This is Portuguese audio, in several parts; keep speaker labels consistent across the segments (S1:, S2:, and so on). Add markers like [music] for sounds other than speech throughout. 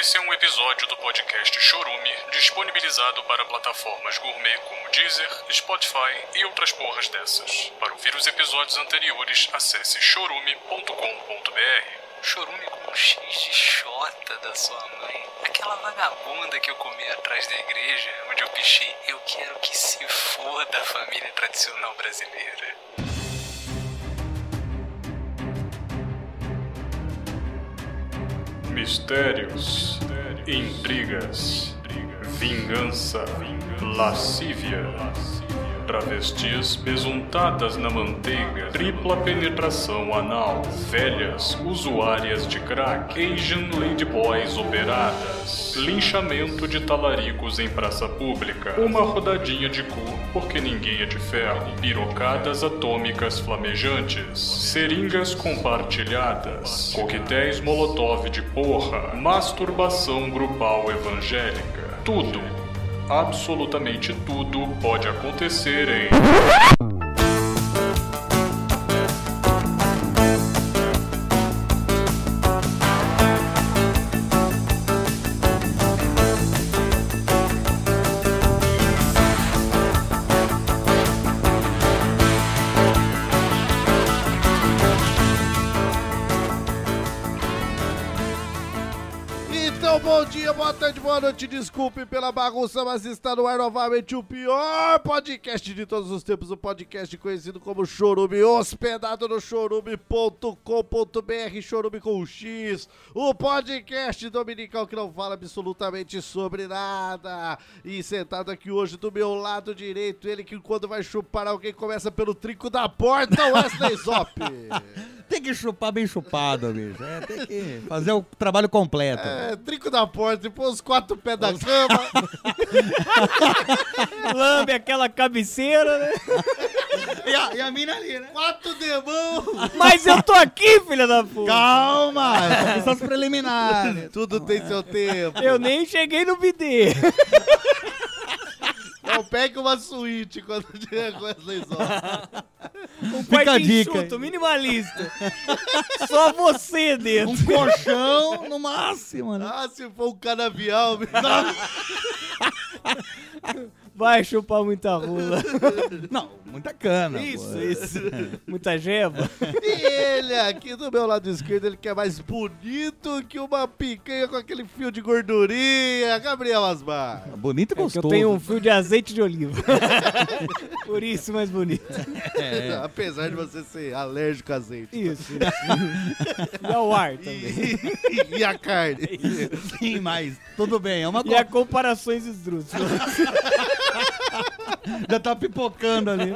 S1: Esse é um episódio do podcast Chorume, disponibilizado para plataformas gourmet como Deezer, Spotify e outras porras dessas. Para ouvir os episódios anteriores, acesse chorume.com.br.
S2: Chorume com um X de Xota da sua mãe. Aquela vagabunda que eu comi atrás da igreja, onde eu pichei Eu quero que se foda a família tradicional brasileira.
S1: Mistérios, intrigas, vingança, lascívia, travestis besuntadas na manteiga, tripla penetração anal, velhas usuárias de crack, Asian ladyboys operadas, linchamento de talaricos em praça pública, uma rodadinha de cu porque ninguém é de ferro, pirocadas atômicas flamejantes, seringas compartilhadas, coquetéis molotov de porra, masturbação grupal evangélica. Tudo, absolutamente tudo pode acontecer em.
S3: Então, bom dia, boa tarde, boa noite. Desculpe pela bagunça, mas está no ar novamente o pior podcast de todos os tempos. O podcast conhecido como Chorume, hospedado no chorume.com.br, chorume com X. O podcast dominical que não fala absolutamente sobre nada. E sentado aqui hoje do meu lado direito, ele que quando vai chupar alguém começa pelo trinco da porta, Wesley Zop.
S4: Tem que chupar bem chupado, bicho. É, tem que fazer o trabalho completo.
S3: [laughs] É, trinco da porta e põe os quatro pés da cama.
S5: Lambe aquela cabeceira, né?
S4: E, a, e a mina ali, né?
S3: [laughs] Quatro demão!
S5: Mas eu tô aqui, filha da puta.
S4: Calma! só- Só os preliminares.
S3: Tudo tem seu tempo.
S5: Eu nem cheguei no BD.
S3: Não pegue uma suíte quando [laughs] tiver com as leis
S5: Um
S4: Fica
S5: quarto
S4: a dica,
S5: enxuto,
S4: hein?
S5: minimalista. Só você dentro.
S4: Um colchão no máximo, né?
S3: Ah, se for um canavial, me dá
S5: Vai chupar muita rola.
S4: Não, muita cana.
S5: Isso,
S4: pô.
S5: isso. Muita É jeba.
S3: E ele aqui do meu lado esquerdo, ele que é mais bonito que uma picanha com aquele fio de gordurinha. Gabriel Asmar.
S4: Bonito e
S5: É que eu
S4: gostoso.
S5: tenho um fio de azeite de oliva. Por isso mais bonito.
S4: É,
S3: Apesar de você ser alérgico a azeite.
S5: Isso. E É ao ar também.
S3: E, e a carne.
S4: sim, mas tudo bem. É uma
S5: E
S4: coisa.
S5: a comparações esdrúxulas.
S4: Tá Já tá pipocando ali.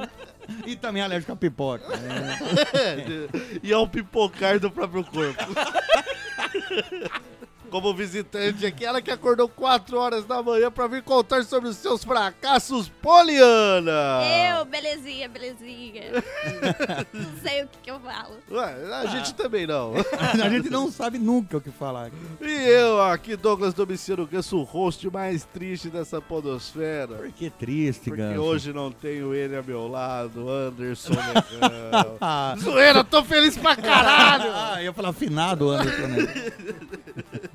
S4: E também alérgico a pipoca. né?
S3: [laughs] e ao pipocar do próprio corpo. [laughs] Como visitante aqui, ela que acordou 4 horas da manhã pra vir contar sobre os seus fracassos, Poliana!
S6: Eu, belezinha, belezinha. não sei o que, que eu falo.
S3: Ué, a gente também não. [laughs]
S4: A gente não sabe nunca o que falar. aqui.
S3: E eu aqui, Douglas Domiciano Ganso, o host mais triste dessa podosfera.
S4: Porque é triste,
S3: Porque
S4: Ganso.
S3: hoje não tenho ele a meu lado, Anderson Negão.
S4: Ah,
S3: Zoeira, tô feliz pra caralho!
S4: ah, eu ia falar afinado, Anderson. Né?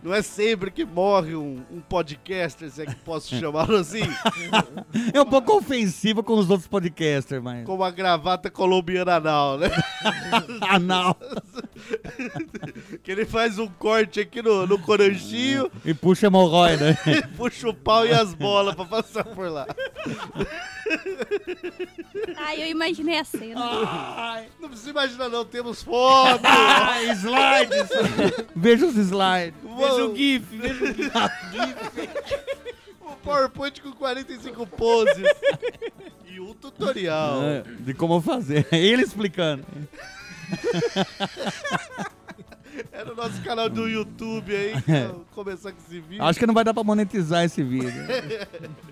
S3: Não é sempre que morre um, um podcaster, se é que
S5: [laughs]
S3: posso chamá-lo assim,
S4: É um pouco ofensivo com os outros podcasters, mas.
S3: com uma gravata colombiana anal, né?
S4: Anal.
S3: Que ele faz um corte aqui no, no coranchinho,
S4: E puxa hemorroida.
S3: puxa o pau e as bolas pra passar por lá.
S6: Ai, eu imaginei a cena.
S3: Não precisa imaginar não, temos
S5: [laughs]
S3: foto!
S4: Ah, slides! Veja os slides.
S5: Veja o um GIF, veja o GIF.
S3: [laughs]
S5: [laughs]
S3: Um PowerPoint com 45 poses. e um tutorial.
S5: É.
S4: Ah, De como fazer. [laughs] Ele explicando.
S3: É no nosso canal do YouTube
S5: É.
S3: aí. que eu vou Começar com esse vídeo.
S4: Acho que não vai dar pra monetizar esse vídeo.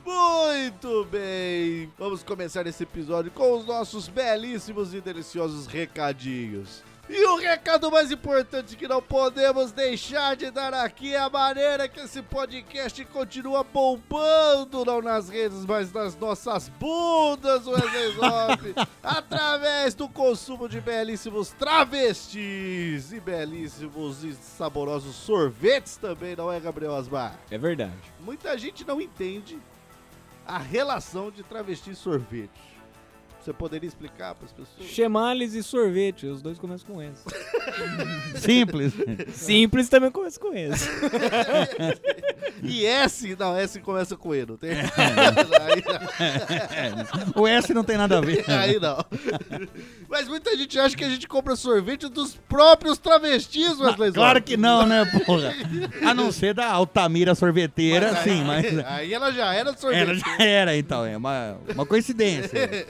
S3: Muito bem. Vamos começar esse episódio com os nossos belíssimos e deliciosos recadinhos. E o recado mais importante que não podemos deixar de dar aqui é a maneira que esse podcast continua bombando, não nas redes, mas nas nossas bundas, Wesley Zop, através do consumo de belíssimos travestis e belíssimos e saborosos sorvetes também, não é, Gabriel Asmar?
S5: É verdade.
S3: Muita gente não entende a relação de travesti e sorvete. Você poderia explicar para as pessoas?
S5: Chemales e sorvete, os dois começam com S.
S4: Simples.
S5: Simples também começa com S.
S3: E S, não, S começa com E, não
S4: É.
S3: [laughs] tem?
S4: o S não tem nada a ver.
S3: aí, aí não. Mas muita gente acha que a gente compra sorvete dos próprios travestis, Wesley
S4: Claro
S3: Zop.
S4: que não, né, porra? A não ser da Altamira sorveteira, sim, assim, mas.
S3: Aí é. ela já era sorvete.
S4: Era, já era, então, é uma, uma coincidência.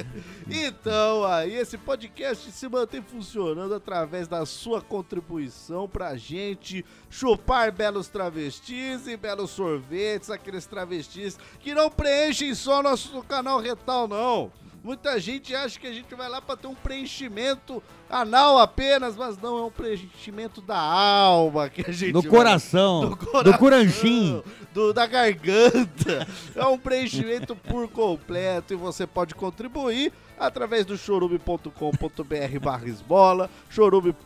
S3: Então, aí esse podcast se mantém funcionando através da sua contribuição pra gente chupar belos travestis e belos sorvetes, aqueles travestis que não preenchem só nosso canal retal, não. Muita gente acha que a gente vai lá pra ter um preenchimento anal apenas, mas não, é um preenchimento da alma que a gente
S4: Do
S3: vai-
S4: coração,
S3: do
S4: do,
S3: coração.
S4: curanchim.
S3: do- da garganta. É um preenchimento por completo e você pode contribuir através do chorume.com.br barra esbola,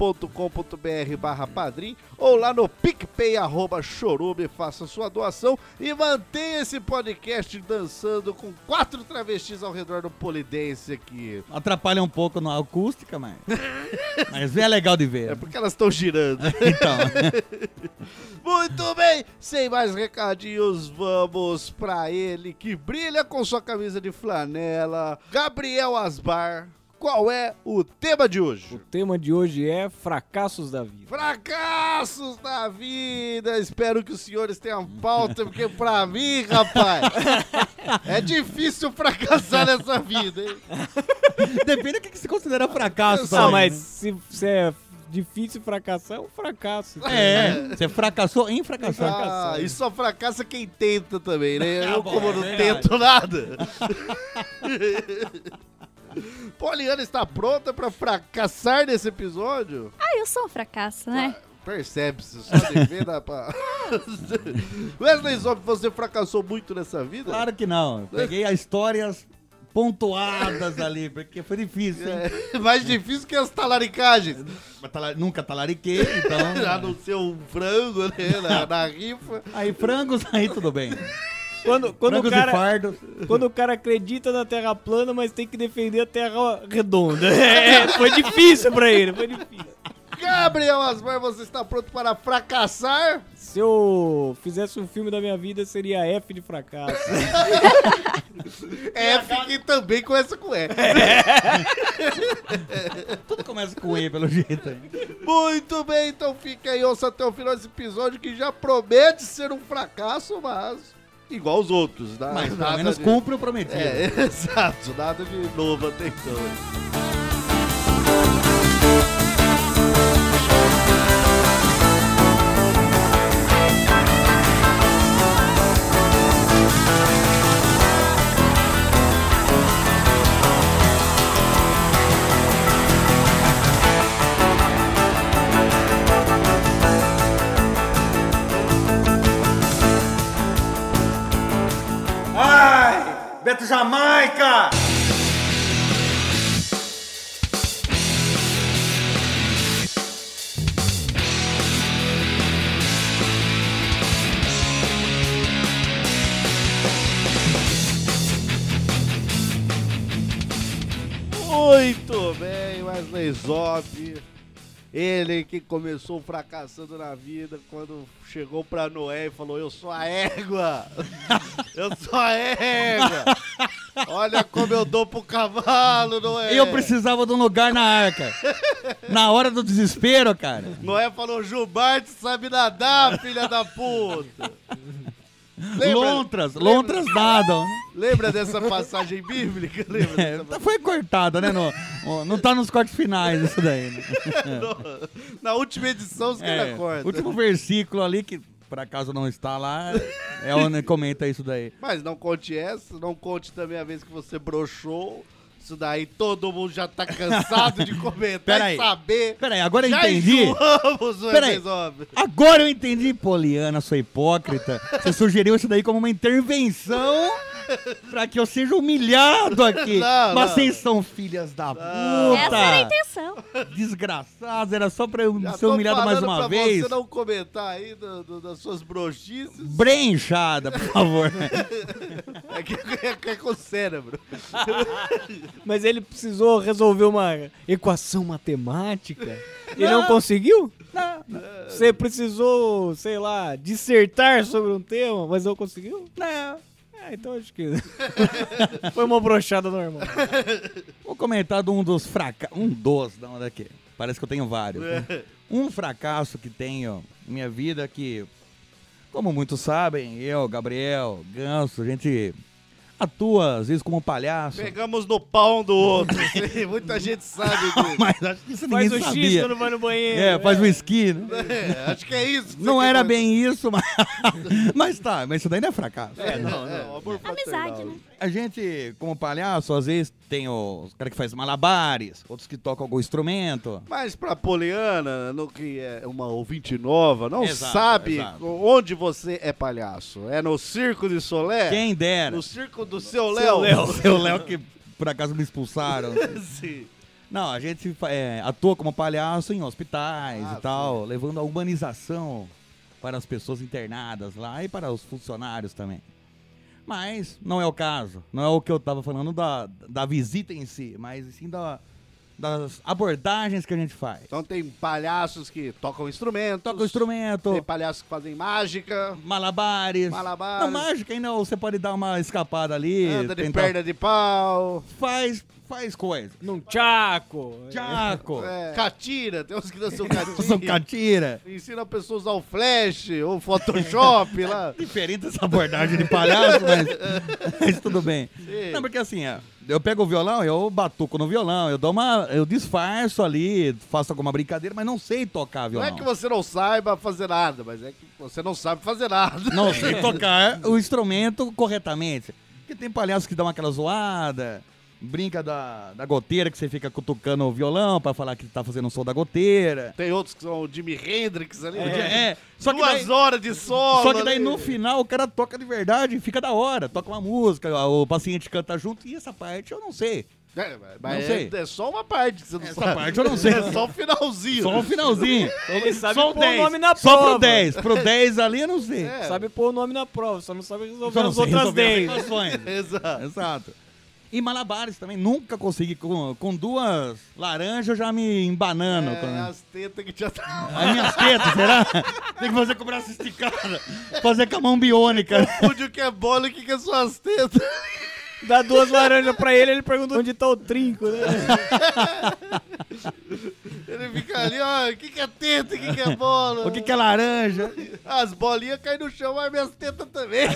S3: chorume.com.br barra padrim ou lá no picpay arroba chorume, faça sua doação e mantenha esse podcast dançando com quatro travestis ao redor do polidense aqui.
S4: Atrapalha um pouco na acústica, mas. Mas é legal de ver.
S3: É porque elas estão girando.
S4: Então,
S3: Muito bem, sem mais recadinhos, vamos pra ele que brilha com sua camisa de flanela, Gabriel Asbar. Qual é o tema de
S5: O
S3: hoje?
S5: tema de hoje é fracassos da vida.
S3: Fracassos da vida! Espero que os senhores tenham pauta, porque pra mim, rapaz, é difícil fracassar nessa vida, hein?
S4: depende do que que se considera fracasso.
S5: Ah,
S4: também,
S5: mas
S4: né?
S5: se, se é difícil fracassar, é um fracasso.
S4: É, você fracassou em fracassar.
S3: Ah, e só fracassa quem tenta também,
S4: [laughs]
S3: né?
S4: Tá
S3: Eu,
S4: bom,
S3: como
S4: é
S3: não
S4: verdade.
S3: tento
S4: [laughs]
S3: nada. Poliana está pronta para fracassar nesse episódio?
S6: Ah, eu sou um fracasso, né?
S3: Percebe-se, só de ver dá pra... [laughs] Wesley Zop, você fracassou muito nessa vida?
S4: é. Claro que não. Eu peguei as histórias pontuadas ali, porque foi difícil, hein?
S3: É, mais difícil que as talaricagens.
S4: Mas tala- Nunca
S3: [laughs]
S4: talariquei,
S3: A
S4: então.
S3: não ser um frango, né? Na, na rifa.
S4: Aí frangos, aí tudo bem.
S5: Quando, quando, o
S4: frangos e
S5: cara,
S4: fardos.
S5: quando o cara acredita na terra plana, mas tem que defender a terra redonda.
S4: [laughs]
S5: É, foi difícil pra ele, foi difícil.
S3: Gabriel Asmar, você está pronto para fracassar?
S5: Se eu fizesse um filme da minha vida, seria F de fracasso.
S3: F que também começa com E.
S4: Tudo começa com E, pelo jeito. hein?
S3: Muito bem, então fica aí, ouça até o final desse episódio que já promete ser um fracasso, mas igual os outros, né?
S4: Mas pelo
S3: Nada
S4: menos
S3: de-
S4: cumpre o prometido.
S3: É, [laughs] exato, nada de novo até então.
S7: Beto Jamaica!
S3: Muito bem, Wesley Zop. Ele que começou fracassando na vida quando chegou pra Noé e falou: Eu sou a égua! [laughs] Eu sou a égua! Olha como eu dou pro cavalo, Noé!
S4: Eu precisava de um lugar na arca. Na hora do desespero, cara.
S3: Noé falou, Gilberto sabe nadar, filha da puta. Lembra,
S4: Lontras, lontras nadam.
S3: lembra dessa passagem
S4: [laughs]
S3: bíblica? Lembra
S4: É,
S3: dessa
S4: tá- foi cortada, né? No, no- não tá nos cortes finais isso daí.
S3: [laughs]
S4: Né?
S3: passagem? Na última edição os
S4: É,
S3: caras cortam.
S4: último versículo ali, que por acaso não está lá, é onde [laughs] comenta isso daí.
S3: Mas não conte essa, não conte também a vez que você broxou. Isso daí todo mundo já tá cansado
S4: [laughs]
S3: de comentar
S4: Pera
S3: e
S4: aí.
S3: saber.
S4: Peraí, agora eu
S3: já
S4: entendi.
S3: enjoamos o
S4: Peraí.
S3: episódio.
S4: Agora eu entendi, Poliana, sua hipócrita. Você sugeriu isso daí como uma intervenção pra que eu seja humilhado
S3: [laughs]
S4: aqui.
S3: Não,
S4: Mas
S3: não.
S4: vocês são filhas da Ah.
S6: Essa era a
S4: puta.
S6: intenção.
S4: Desgraçados, era só pra eu
S3: Já
S4: ser
S3: tô
S4: humilhado mais
S3: falando
S4: uma
S3: pra
S4: vez.
S3: você não comentar aí do- do- das suas broxices.
S4: Brenchada, por favor. né?
S3: É que é, que é com o cérebro.
S5: Mas ele precisou resolver uma equação matemática e não
S4: Não.
S5: conseguiu? Você precisou, sei lá, dissertar sobre um tema, mas não conseguiu? Não. Ah, então
S4: [laughs]
S5: acho que. Foi uma brochada normal.
S4: Vou comentar de um dos fracassos. Um dos, não, daqui. Parece que eu tenho vários. né? Um fracasso que tenho na minha vida que, como muitos sabem, eu, Gabriel, Ganso, a gente atua às vezes como palhaço.
S3: Pegamos no pau um do [laughs] outro. assim, Muita gente [laughs] sabe disso.
S4: Mas acho que isso ninguém
S5: Faz o X
S4: sabia.
S5: quando vai no banheiro.
S4: É, faz o esqui, né?
S3: É, acho que é isso. que
S4: Não
S3: você
S4: era
S3: quer
S4: bem isso, [laughs] mas... mas tá, mas isso daí não é fracasso.
S3: comentar. É, não, não. amor
S6: Amizade,
S3: fraternal.
S6: né?
S4: A gente, como palhaço, às vezes tem os cara que faz malabares, outros que tocam algum instrumento.
S3: Mas pra Poliana, no que é uma ouvinte nova, não
S4: Exato,
S3: sabe
S4: exato.
S3: onde você é palhaço. É no Circo de Solé?
S4: Quem dera.
S3: No Circo do Seu Léo.
S4: O [laughs] seu Léo que por acaso me expulsaram.
S3: [laughs] Sim.
S4: Não, a gente fa- é, atua como palhaço em hospitais
S3: Ah,
S4: e tal, levando a humanização para as pessoas internadas lá e para os funcionários também. Mas não é o caso. Não é o que eu estava falando da, da visita em si, mas sim da- das abordagens que a gente faz.
S3: Então tem palhaços que tocam instrumentos.
S4: Toca o instrumento,
S3: Tem palhaços que fazem mágica.
S4: malabares.
S3: Malabares.
S4: Na mágica ainda você pode dar uma escapada ali.
S3: Anda de
S4: tentar-
S3: perna de pau.
S4: Faz, faz
S3: [laughs]
S4: coisa.
S5: Num tchaco.
S4: Tchaco.
S3: é, Catira. Tem uns que [laughs] dançam catira.
S4: São um catira.
S3: Ensina a pessoa a usar o flash ou
S4: [laughs]
S3: Photoshop lá.
S4: Diferente essa abordagem de palhaço, mas, [laughs] mas tudo bem. Não, porque assim, ó, eu pego o violão, eu batuco no violão, eu dou uma. Eu disfarço ali, faço alguma brincadeira, mas não sei tocar
S3: Não
S4: violão.
S3: é que você não saiba fazer nada, mas é que você não sabe fazer nada.
S4: Não [laughs] sei tocar é? o instrumento corretamente. Porque tem palhaço que dá uma aquela zoada, brinca da, da goteira que você fica cutucando o violão pra falar que tá fazendo o som da goteira.
S3: [laughs] Tem outros que são o Jimi Hendrix ali. né?
S4: É, só que. daí-
S3: Duas horas de solo.
S4: Só que daí
S3: ali.
S4: no final o cara toca de verdade e fica da hora. Toca uma música, o paciente canta junto e essa parte eu não sei.
S3: É, mas
S4: Não
S3: é,
S4: sei.
S3: é só uma parte que você não
S4: Essa
S3: sabe.
S4: parte eu não
S3: [laughs]
S4: sei.
S3: É só o finalzinho.
S4: Só o finalzinho.
S5: Ele sabe
S4: Só o
S5: pôr o
S4: 10.
S5: nome na
S4: Só
S5: prova.
S4: pro 10. Pro 10 ali eu não sei.
S3: É,
S5: Sabe pôr o nome na prova, só não sabe resolver
S4: Só não
S5: as
S4: sei
S5: outras
S4: resolver as
S5: 10.
S4: equações.
S3: [laughs] Exato.
S4: Exato. E malabares também. Nunca consegui. Com, com duas laranjas eu já me embanano.
S3: É,
S4: com-
S3: as tetas que já tá [laughs]
S4: As minhas tetas, será? Tem que fazer com o braço esticado. Fazer com a mão biônica.
S3: [laughs] Onde o que é bola e o que é suas tetas. [laughs]
S5: Dá duas laranjas pra ele, ele pergunta onde tá o trinco, né?
S3: Ele fica ali, ó, o que, que é teta, o que, que é bola.
S4: O que, que é laranja?
S3: As bolinhas caem no chão, mas minhas tetas também.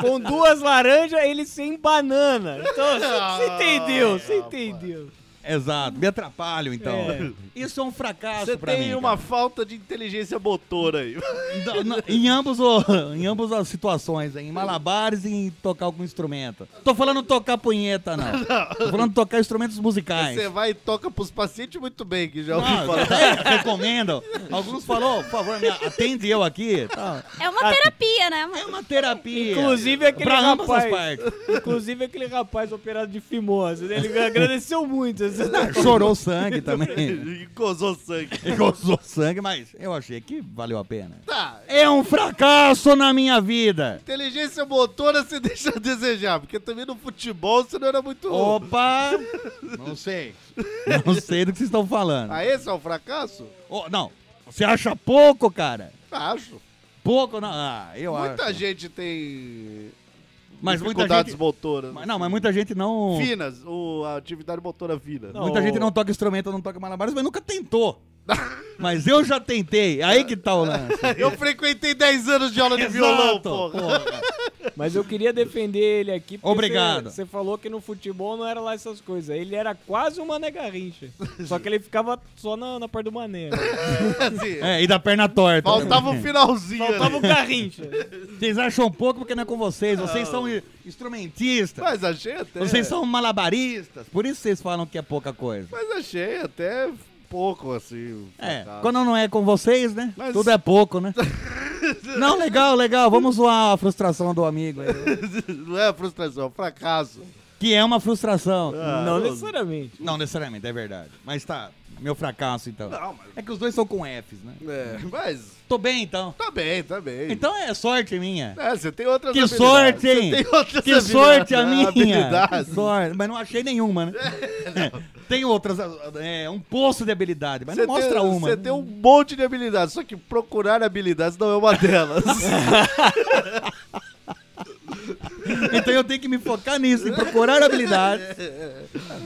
S5: Com duas laranjas, ele sem banana. Então, você
S3: Ah,
S5: entendeu, você
S3: rapaz.
S5: entendeu.
S4: Exato. Me atrapalham, então.
S5: É.
S4: Isso é um fracasso
S3: Você
S4: pra
S3: tem
S4: mim.
S3: uma
S4: cara.
S3: falta de inteligência motora aí.
S4: Não, não, em, ambos, o- em ambas as situações, em malabares e em tocar algum instrumento. Tô falando tocar punheta, não. Tô falando tocar instrumentos musicais.
S3: Você vai e toca pros pacientes muito bem, é que já ouvi
S4: Ah,
S3: falar.
S4: é, recomendo. Alguns falou, por favor, me atende eu aqui. Tá.
S6: É uma terapia, né?
S4: É
S6: mano?
S4: uma terapia.
S5: Inclusive aquele
S4: pra ambas as
S5: rapaz.
S4: partes.
S5: Inclusive aquele rapaz operado de fimose, né? ele agradeceu muito. assim. essa-
S4: Chorou
S3: [laughs]
S4: sangue também.
S3: E gozou sangue.
S4: Gozou sangue, mas eu achei que valeu a pena.
S3: Tá,
S4: É um fracasso na minha vida.
S3: inteligência motora você [laughs] deixa a desejar, porque também no futebol você não era muito...
S4: Opa! Não sei. [laughs] Não sei do que vocês estão falando.
S3: Ah, esse é um fracasso?
S4: Ô, não, você acha pouco, cara?
S3: Acho.
S4: Pouco, não. Ah, eu
S3: Muita
S4: acho.
S3: gente tem
S4: Mas muita
S3: dificuldades
S4: gente.
S3: motoras. assim.
S4: Mas, não, mas muita gente não.
S3: Finas, o, a atividade motora fina. [laughs]
S5: Não.
S4: Muita gente não toca instrumento, não toca malabares, mas nunca tentou. mas eu já tentei. Aí que tá o lance.
S3: Eu frequentei 10 anos [laughs] de aula de
S4: [laughs] Exato,
S3: violão, porra. [laughs]
S4: porra.
S5: Mas eu queria defender ele aqui. porque
S4: Obrigado.
S5: Você você falou que no futebol não era lá essas coisas. Ele era quase o Mané Garrincha. Só que ele ficava só na, na parte do Mané. né?
S3: Assim,
S4: É, e da perna torta.
S3: Faltava
S4: [laughs]
S3: um finalzinho.
S5: Faltava
S3: ali.
S5: o Garrincha.
S4: Vocês acham pouco porque não é com vocês. Vocês são i- instrumentistas.
S3: Ah. Mas é. achei até.
S4: Vocês são malabaristas. Por isso vocês falam que é pouca coisa.
S3: Mas achei até pouco, assim.
S4: É,
S3: fantástico.
S4: quando não é com vocês, né?
S3: Mas-
S4: Tudo é
S3: [laughs]
S4: pouco, né? não, legal, legal. Vamos zoar a frustração do amigo aí.
S3: [laughs] Não é frustração, é um fracasso.
S4: Que é uma frustração.
S3: Ah.
S5: não necessariamente.
S4: Não necessariamente, é verdade. Mas tá, meu fracasso então.
S3: Não, mas-
S4: É que os dois são com Fs, né?
S3: É, mas
S4: Tô bem então.
S3: tá bem, tá bem.
S4: Então é sorte minha.
S3: É, você tem outras
S4: Que
S3: habilidades.
S4: sorte, hein?
S3: Você tem outras
S4: Que sorte a
S3: habilidades- né?
S4: minha! Que
S3: habilidades.
S4: sorte. Mas não achei
S3: [laughs]
S4: nenhuma, né? [laughs] tem outras, é um poço de habilidade, mas
S3: Você
S4: não mostra
S3: tem,
S4: uma.
S3: Você
S4: né?
S3: tem um monte de habilidades, só que procurar habilidades não é uma
S4: [laughs]
S3: delas.
S4: Então eu tenho que me focar nisso, em procurar habilidades.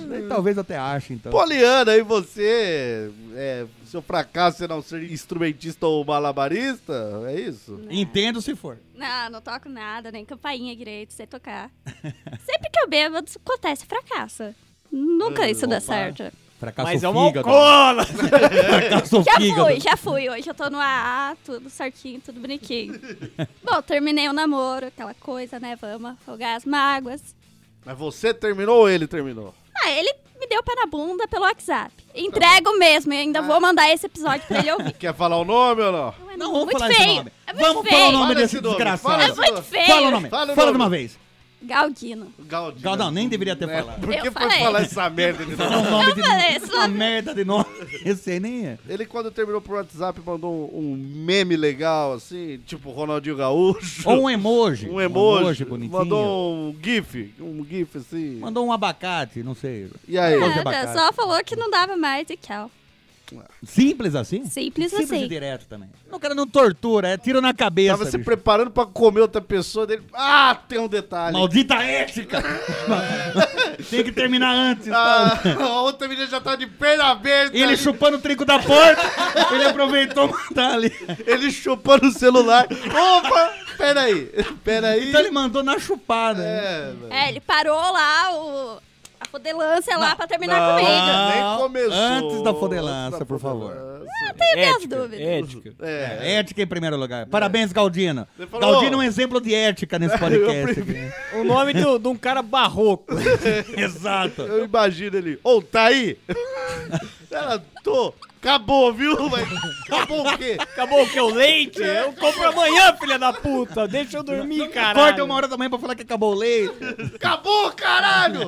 S4: Daí Talvez eu até ache, então.
S3: Poliana, e você? É, seu fracasso é não ser instrumentista ou malabarista? É isso?
S4: Entendo se for.
S6: Ah, Não, não toco nada, nem campainha direito, sei tocar. Sempre que eu bebo, acontece fracassa. Nunca isso dá
S4: opa.
S6: certo.
S4: Fracasso
S5: Mas é uma
S4: fígado.
S5: alcoólatra.
S4: Fracasso
S6: Já
S4: fígado.
S6: fui, já fui. Hoje eu tô no AA, tudo certinho,
S4: [laughs]
S6: tudo bonitinho. Bom, terminei o namoro, aquela coisa, né? Vamos afogar as mágoas.
S3: Mas você terminou ou ele terminou?
S6: Ah, ele me deu pé na bunda pelo WhatsApp. Entrego mesmo e ainda vou mandar esse episódio pra ele ouvir.
S3: Quer falar o nome ou não?
S6: Não, é
S4: Não vamos
S6: muito
S4: falar esse
S6: feio.
S4: nome.
S6: É muito
S4: Vamos
S6: feio.
S4: falar o nome
S3: Fala
S4: desse
S3: esse nome,
S4: desgraçado.
S3: fala
S6: É muito feio.
S4: Fala o nome.
S3: Fala o
S4: Fala de
S3: nome.
S4: uma vez.
S6: Galdino.
S3: Galdino.
S4: Galdão, nem deveria ter
S3: É,
S4: falado.
S3: por
S6: Eu
S3: que foi
S6: falei.
S3: falar essa merda de
S4: É um
S3: nome?
S4: nome
S6: Eu
S4: de
S6: falei, isso-
S4: uma merda de nome. [laughs] Esse aí nem é.
S3: Ele, quando terminou pro WhatsApp, mandou um, um meme legal, assim, tipo Ronaldinho Gaúcho.
S4: Ou um emoji.
S3: Um emoji.
S4: bonitinho.
S3: mandou
S4: Mandou...
S3: um GIF. Um GIF, assim.
S4: um abacate, não sei.
S3: E aí?
S4: Coisa
S6: Nada,
S4: é bacana.
S6: só falou que não dava mais e tchau.
S4: Simples assim?
S6: Simples
S4: e
S6: assim.
S4: direto também. O cara não tortura, é tiro na cabeça.
S3: Tava se
S4: bicho.
S3: preparando pra comer outra pessoa dele. Ah, tem um detalhe.
S4: Maldita ética! [laughs] Tem que terminar antes. tá?
S3: Ah, a outra menina já tava de perna aberta.
S4: Ele
S3: ali,
S4: chupando o trinco da porta, ele aproveitou mandar ali.
S3: ele chupando o celular. Opa! Peraí, peraí.
S4: Então ele mandou na chupada. né?
S3: É, velho.
S6: É, ele parou lá o... a fodelância lá pra terminar
S4: não.
S6: comigo.
S4: Ah,
S3: É, Nem começou.
S4: antes da fodelança, por favor.
S3: fodelança.
S6: Tem minhas
S5: Ética,
S6: dúvidas.
S5: Ética.
S3: É.
S4: É, Ética em primeiro lugar. Parabéns, Galdino.
S3: Você falou-
S4: Galdino é um exemplo de ética nesse podcast. aqui.
S5: O nome do- de um cara barroco.
S4: [laughs] Exato.
S3: Eu imagino ele. Ô, tá
S4: [laughs]
S3: aí? Ela, tô. Acabou, viu? Mas acabou o quê?
S5: Acabou o que? O leite? Eu compro amanhã, filha da puta. Deixa eu dormir, caralho.
S4: Acorda uma hora da manhã pra falar que acabou o leite.
S3: Acabou, caralho!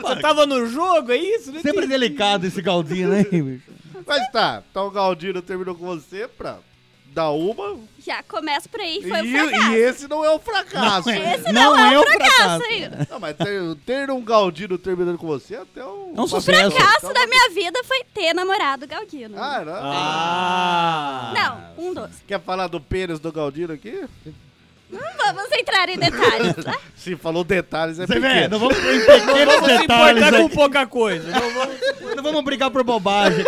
S5: Você tava no jogo, é isso? Não
S4: Sempre
S5: entendi.
S4: delicado esse Galdino, hein, bicho?
S3: Mas tá, então o Galdino terminou com você pra dar uma.
S6: Já começa por aí,
S3: E,
S6: foi um
S3: e
S6: fracasso.
S3: esse não é o fracasso.
S4: é.
S6: Esse
S4: Não
S6: não,
S4: é
S6: é
S4: um
S6: um fracasso,
S4: fracasso.
S6: hein?
S3: Não, mas ter, ter um Galdino terminando com você é até um.
S4: É um sucesso.
S6: fracasso da minha vida foi ter namorado Galdino.
S3: Ah, não.
S5: Ah.
S6: Não, um doce.
S3: Quer falar do pênis do Galdino aqui?
S6: Não vamos entrar em detalhes, tá?
S3: Se falou detalhes, é
S4: Você vê,
S3: pequeno.
S4: não vamos em pequenos
S5: Vamos se
S4: detalhes
S5: importar com
S4: aqui.
S5: pouca coisa.
S4: Não vamos brigar por bobagem.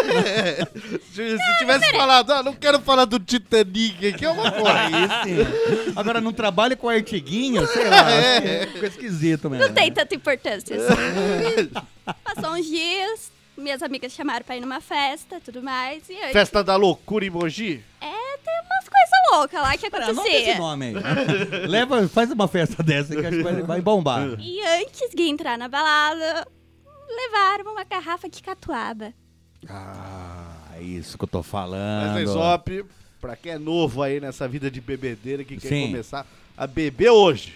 S3: Se, se tivesse falado, ah, não quero falar do Titanic aqui, é uma coisa.
S4: [laughs] Isso. Agora, não trabalhe com artiguinho, sei lá.
S3: É.
S4: Ficou esquisito mesmo.
S6: Não tem tanta importância assim.
S4: [laughs]
S6: Passou uns dias, minhas amigas chamaram pra ir numa festa tudo mais. E eu...
S3: Festa da loucura em Mogi?
S6: É, tem umas coisas loucas lá que
S4: Ah, não tem esse
S6: acontecia.
S4: nome aí. Leva, faz uma festa dessa que acho que vai, vai bombar.
S6: E antes de entrar na balada, levaram uma garrafa de catuaba.
S4: Ah, é isso que eu tô falando.
S3: Wesley Zop, pra quem é novo aí nessa vida de bebedeira que quer
S4: Sim.
S3: começar a beber hoje.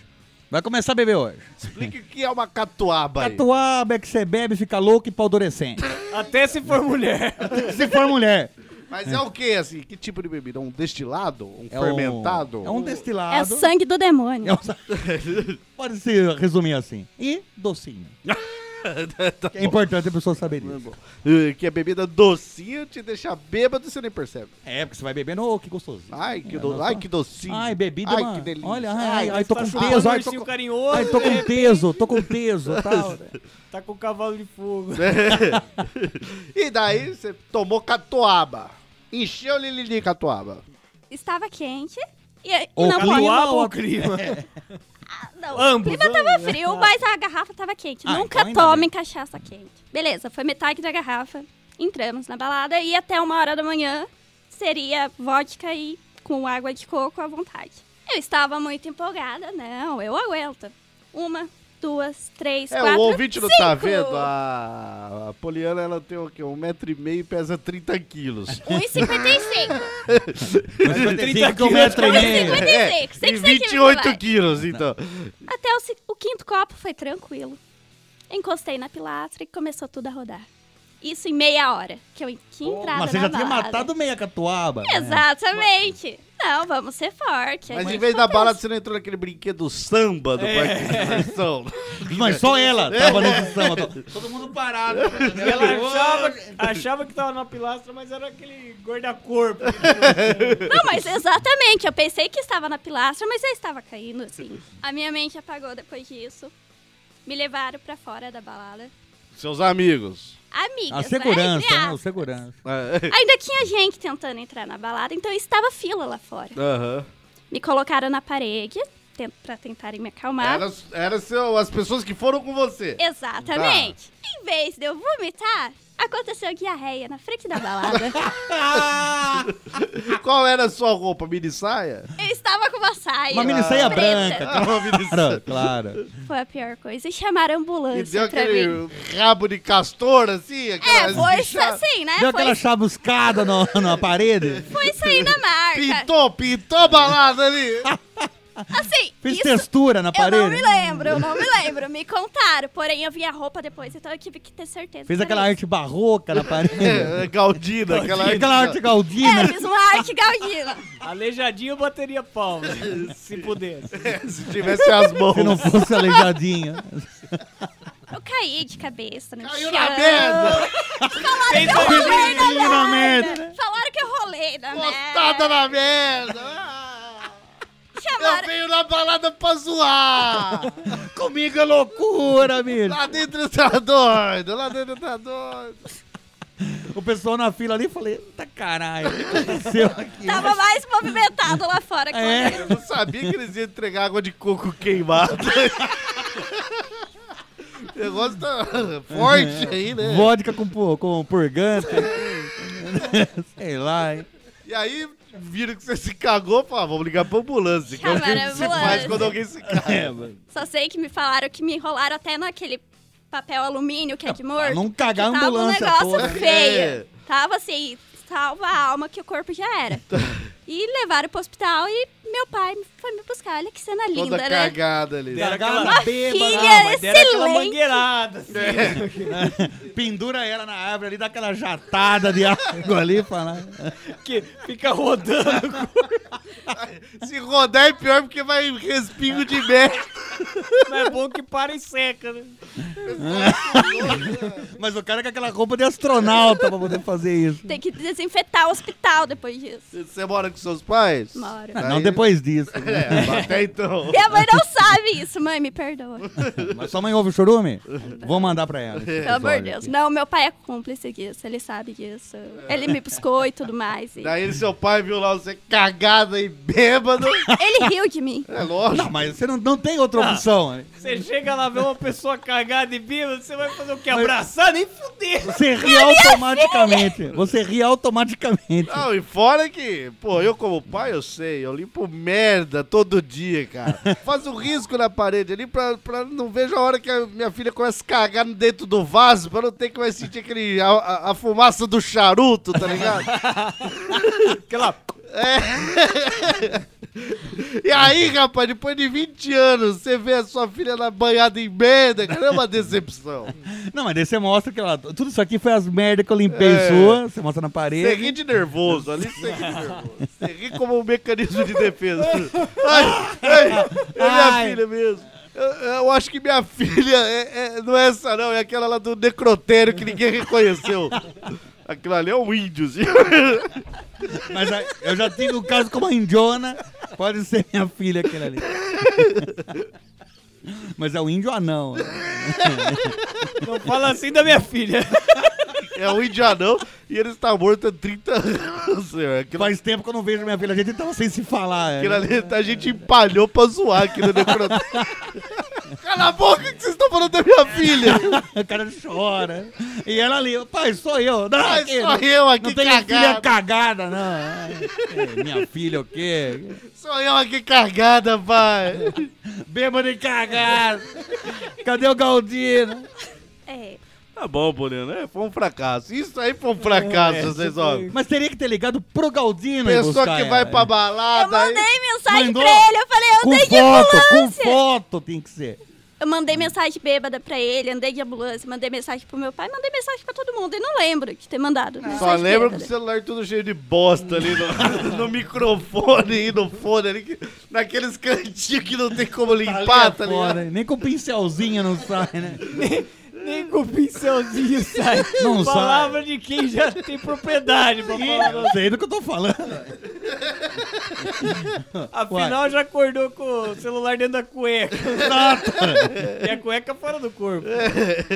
S4: Vai começar a beber hoje.
S3: Explique o que é uma catuaba aí.
S4: Catuaba é que você bebe, fica louco e paldurecente.
S5: Até se for mulher.
S4: Se for mulher.
S3: Mas é o que, assim? Que tipo de bebida? Um destilado? Um
S4: É um-
S3: fermentado?
S4: é um
S3: [laughs]
S6: É o
S4: destilado.
S6: sangue do demônio.
S4: É um sa- Pode se resumir assim. E docinho. Que é importante a pessoa saber disso.
S3: Uh, Tá Que é bebida docinha, te deixa bêbado e você nem percebe.
S4: É, porque você vai bebendo, ô, que gostoso.
S3: Ai, que,
S4: É,
S3: do...
S4: nossa.
S3: Ai, que docinho.
S4: Ai, bebida,
S3: Ai,
S4: mano.
S3: que delícia.
S4: Olha, ai, ai,
S5: Aí
S4: tô
S5: tá
S4: com
S5: chupando
S4: peso,
S5: um
S4: ai, tô
S5: ursinho
S4: com-
S5: carinhoso,
S4: Ai, tô
S5: né?
S4: com peso, tô com peso, tal.
S5: Tá com o cavalo de fogo.
S3: [laughs] E daí você tomou catuaba. Encheu o lili de catuaba.
S6: Estava quente e, e
S4: Ou
S6: não
S4: clima É.
S6: pode.
S4: ou clima.
S6: Ah, não.
S5: Ambos,
S6: o clima tava
S5: ambos, né?
S6: frio, mas a garrafa tava quente.
S4: Ah,
S6: Nunca
S4: então ainda bem.
S6: tomem cachaça quente. Beleza, foi metade da garrafa. Entramos na balada e até uma hora da manhã seria vodka e com água de coco à vontade. Eu estava muito empolgada. Não, eu aguento. Uma, duas, três,
S3: É,
S6: quatro,
S3: o ouvinte não tá
S6: cinco.
S3: vendo?
S4: ah.
S3: A, a Poliana, ela tem o quê? Um metro e meio e pesa 30
S6: [laughs]
S3: quilos.
S4: [laughs]
S6: 1,55.
S4: Mas
S5: 30
S4: com um metro e meio.
S6: 55,
S3: É,
S6: 100
S3: e
S6: que você
S3: 28
S6: vai.
S3: quilos, então.
S6: Até o, se- o quinto copo foi tranquilo. Encostei na pilastra e começou tudo a rodar. Isso em meia hora, que eu que entrada
S4: Mas você
S6: na
S4: já tinha
S6: balada.
S4: matado meia catuaba. né?
S6: Exatamente. Não, vamos ser forte. A
S3: Mas em
S6: gente
S3: vez da
S6: acontece.
S3: bala, você não entrou naquele brinquedo samba do parque de diversão.
S4: Mas só ela
S6: É.
S4: tava nesse samba.
S6: [laughs]
S4: Todo mundo parado.
S5: E ela achava, achava que tava na pilastra, mas era aquele guarda-corpo.
S6: Não, mas exatamente. Eu pensei que estava na pilastra, mas eu estava caindo, assim. A minha mente apagou depois disso. Me levaram pra fora da balada.
S3: [laughs] Seus amigos.
S6: Amigas,
S4: A
S6: né?
S4: segurança,
S6: Entre
S4: né? O
S6: aspas.
S4: segurança.
S3: É,
S6: Ainda tinha gente tentando entrar na balada, então estava fila lá fora.
S3: Aham.
S6: Me colocaram na parede ten- pra tentarem me acalmar.
S3: Era, era seu- as pessoas que foram com você.
S6: É. Exatamente.
S3: Tá.
S6: Em vez de eu vomitar, aconteceu diarreia na frente da balada.
S3: [laughs] Ah! Qual era a sua roupa? Mini saia?
S6: eu estava com uma saia.
S4: Uma mini saia
S6: preta.
S3: [laughs]
S4: branca.
S3: Uma mini
S4: Claro, claro.
S6: Foi a pior coisa. E chamaram a
S3: E
S6: ambulância
S3: deu
S6: pra mim.
S3: aquele rabo de castor, assim?
S6: É,
S3: aquelas
S6: foi
S3: bichas-
S6: assim, né?
S4: Deu
S6: foi,
S4: aquela chabuscada no- na parede.
S6: foi
S4: [laughs]
S6: saindo a marca.
S3: Pintou, pintou a balada [laughs] ali.
S6: Assim,
S4: Fez
S6: isso
S4: textura na
S6: eu não me
S4: parede.
S6: lembro, eu não me lembro. Me contaram, porém eu vi a roupa depois, então eu tive que ter certeza.
S4: Fez
S6: que
S4: aquela
S6: era
S4: arte barroca na parede.
S3: É, Galdina, aquela...
S4: Aquela arte
S6: isso. É, eu
S4: galdina.
S6: fiz uma arte galdina.
S5: Aleijadinho eu bateria palma, se pudesse.
S3: [laughs] Se tivesse as mãos.
S4: Se
S6: Né?
S4: não fosse
S6: [laughs]
S4: aleijadinha.
S6: Eu caí de cabeça no
S3: Caiu
S6: chão.
S3: na merda!
S5: Fez
S6: Eu
S5: a-
S6: rolei na merda.
S4: na merda. né?
S6: Falaram que eu rolei na
S3: Postada
S6: merda.
S3: na merda! Ah, Eu
S6: Chamaram...
S3: venho na balada pra zoar!
S4: Comigo é loucura, amigo.
S3: Lá dentro tá doido! Lá dentro tá doido!
S4: O pessoal na fila ali, falei, eita caralho, o que aconteceu aqui?
S6: Tava mais movimentado lá fora que
S4: É.
S6: lá dentro.
S3: Eu não sabia que eles iam entregar água de coco queimada. O [laughs] negócio tá forte aí, né?
S4: Vodka com, pu-
S3: [laughs]
S4: com purgante. Sei lá, hein?
S3: E aí viram que você se cagou, falaram, vamos ligar pra ambulância. Que é o que
S6: Chamaram a
S3: se faz
S6: ambulância.
S3: quando alguém se caga.
S6: Só sei que me falaram que me enrolaram até naquele papel alumínio que é de morto.
S4: não cagar a
S6: que tava um
S4: ambulância
S6: negócio
S4: toda.
S6: feio.
S3: É.
S6: Tava assim, salva a alma que o corpo já era. e levaram pro hospital e meu pai foi me buscar. Olha que cena linda,
S3: Toda
S6: né?
S3: cagada ali.
S5: Deram
S4: Cagada
S5: aquela
S6: filha
S5: bêbada, mas deram aquela
S6: excelente.
S5: mangueirada. assim.
S6: assim.
S4: [laughs] Pendura ela na árvore ali, dá aquela jatada de água ali, fala. "Ah."
S5: que
S4: [laughs]
S5: fica rodando.
S3: Se rodar é pior porque vai respingo de merda.
S5: Mas é bom que para e seca, né?
S4: Mas o cara é com aquela roupa de astronauta pra poder fazer isso.
S6: Tem que desinfetar o hospital depois disso.
S3: Você mora com seus pais?
S6: Moro.
S4: Ah, Não depois disso. né?
S3: É, até então.
S6: Minha mãe não sabe isso, mãe, me perdoa.
S4: Mas sua mãe ouve o churume? Vou mandar pra ela. esse
S6: Pelo amor de
S4: episódio
S6: Deus.
S4: aqui.
S6: Não, meu pai é cúmplice disso, ele sabe disso. Ele me buscou e tudo mais. e-
S3: Daí seu pai viu lá você cagada e bêbado.
S6: Ele riu de mim.
S3: É lógico.
S4: Não, mas você não, não tem outra
S6: Ah.
S4: opção. né?
S5: Você chega lá, vê uma pessoa cagada e bêbada, você vai fazer o quê? Abraçar? Nem fuder.
S4: Você ri automaticamente. Você ri automaticamente.
S6: Ah.
S3: Não, e fora que, pô, eu como pai, eu sei, eu limpo merda todo dia, cara. Faço um risco na parede ali pra, pra não vejo a hora que a minha filha começa a cagar dentro do vaso, pra não ter que mais sentir aquele, a, a- a fumaça do charuto, tá ligado?
S5: Aquela...
S3: É. E aí, rapaz, depois de 20 anos, você vê a sua filha lá banhada em merda, cara, é uma decepção.
S4: Não, mas daí você mostra que ela. Tudo isso aqui foi as merdas que eu limpei
S3: É.
S4: sua. Você mostra na
S3: Você
S4: parede.
S3: ri de nervoso, ali você ri de nervoso. [laughs] Você ri como um mecanismo de defesa. Ai, ai, é minha
S4: Ai.
S3: filha mesmo. Eu, eu acho que minha filha é- é- não é essa, não. É aquela lá do necrotério que ninguém reconheceu. Aquilo ali é um índio, assim.
S4: Mas aí, eu já tive um caso com uma indiona. Pode ser minha filha aquele ali. Mas é o índio anão.
S5: Não fala assim da minha filha.
S3: É um indianão e ele está morto há 30 anos, senhor. Aquilo,
S4: Faz tempo que eu não vejo minha filha, a gente tava sem se falar. é.
S3: aquilo ali a gente empalhou pra zoar aqui no [laughs] necrotério. Cala a boca que vocês estão falando da minha filha!
S4: [laughs] O cara chora. E ela ali, pai, sou eu. Não,
S3: Ai,
S4: aqui,
S3: sou eu aqui
S4: não tem filha
S3: cagada!
S4: cagada, não. É, minha filha o quê?
S3: Sou eu aqui cagada, pai!
S4: Bêbado e cagado. Cadê o Galdino?
S6: É.
S3: [laughs] Tá bom, Bolino, é, foi um fracasso. Isso aí foi um fracasso, vocês olham.
S4: Mas teria É, que ter ligado pro Galdino e
S3: Pessoa
S4: buscar
S3: que vai
S4: ela. é.
S3: pra
S6: Eu
S3: balada. aí-
S6: mandei mensagem
S4: Mandou?
S6: pra ele, eu falei, eu
S4: Com
S6: andei de
S4: foto, com
S6: ambulância.
S4: foto tem que ser.
S6: Eu mandei mensagem bêbada pra ele, andei de ambulância, mandei mensagem pro meu pai, mandei mensagem pra todo mundo. E não lembro de ter mandado.
S3: Só
S6: mensagem
S3: lembra
S6: bêbada.
S3: pro celular tudo cheio de bosta ali no, [laughs] no microfone e no fone ali, que- naqueles cantinhos que não tem como limpar, tá
S4: Tá
S3: ligado?
S4: fora, nem com pincelzinho não sai, né?
S5: Nem com o pincelzinho sai.
S4: Não sai.
S5: Palavra de quem já tem propriedade pra falar.
S4: Não sei do que eu tô falando.
S5: Afinal, já acordou com o celular dentro da cueca.
S4: Exato. É.
S5: E a cueca fora do corpo.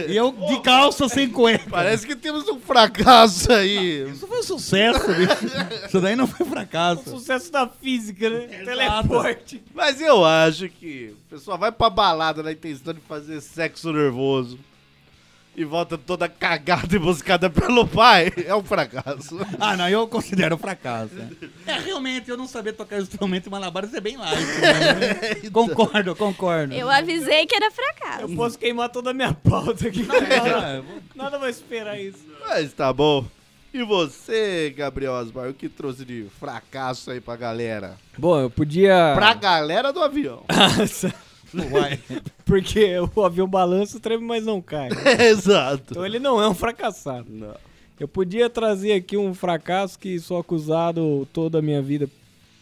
S4: E eu de calça sem cueca.
S3: Parece que temos um fracasso aí.
S4: Isso foi um sucesso, bicho. Isso daí não foi fracasso.
S5: Sucesso da física, né? Teleporte.
S3: Mas eu acho que o pessoal vai pra balada na intenção de fazer sexo nervoso. E volta toda cagada e buscada pelo pai. [laughs] É um fracasso.
S4: Ah, não, eu considero fracasso. né? É, realmente, eu não saber tocar instrumento malabar, isso é bem light. né? Concordo, concordo.
S6: Eu avisei que era
S5: Eu
S6: fracasso.
S5: posso queimar toda a minha pauta aqui.
S4: Ah,
S5: Nada vai esperar isso.
S3: Mas tá bom. E você, Gabriel Osmar, o que trouxe de fracasso aí pra galera?
S5: Bom, eu podia.
S3: Pra galera do avião.
S4: vai.
S5: Porque o avião balança, treme, mas não cai.
S3: Exato.
S5: Então ele não é um fracassado. Eu podia trazer aqui um fracasso que sou acusado toda a minha vida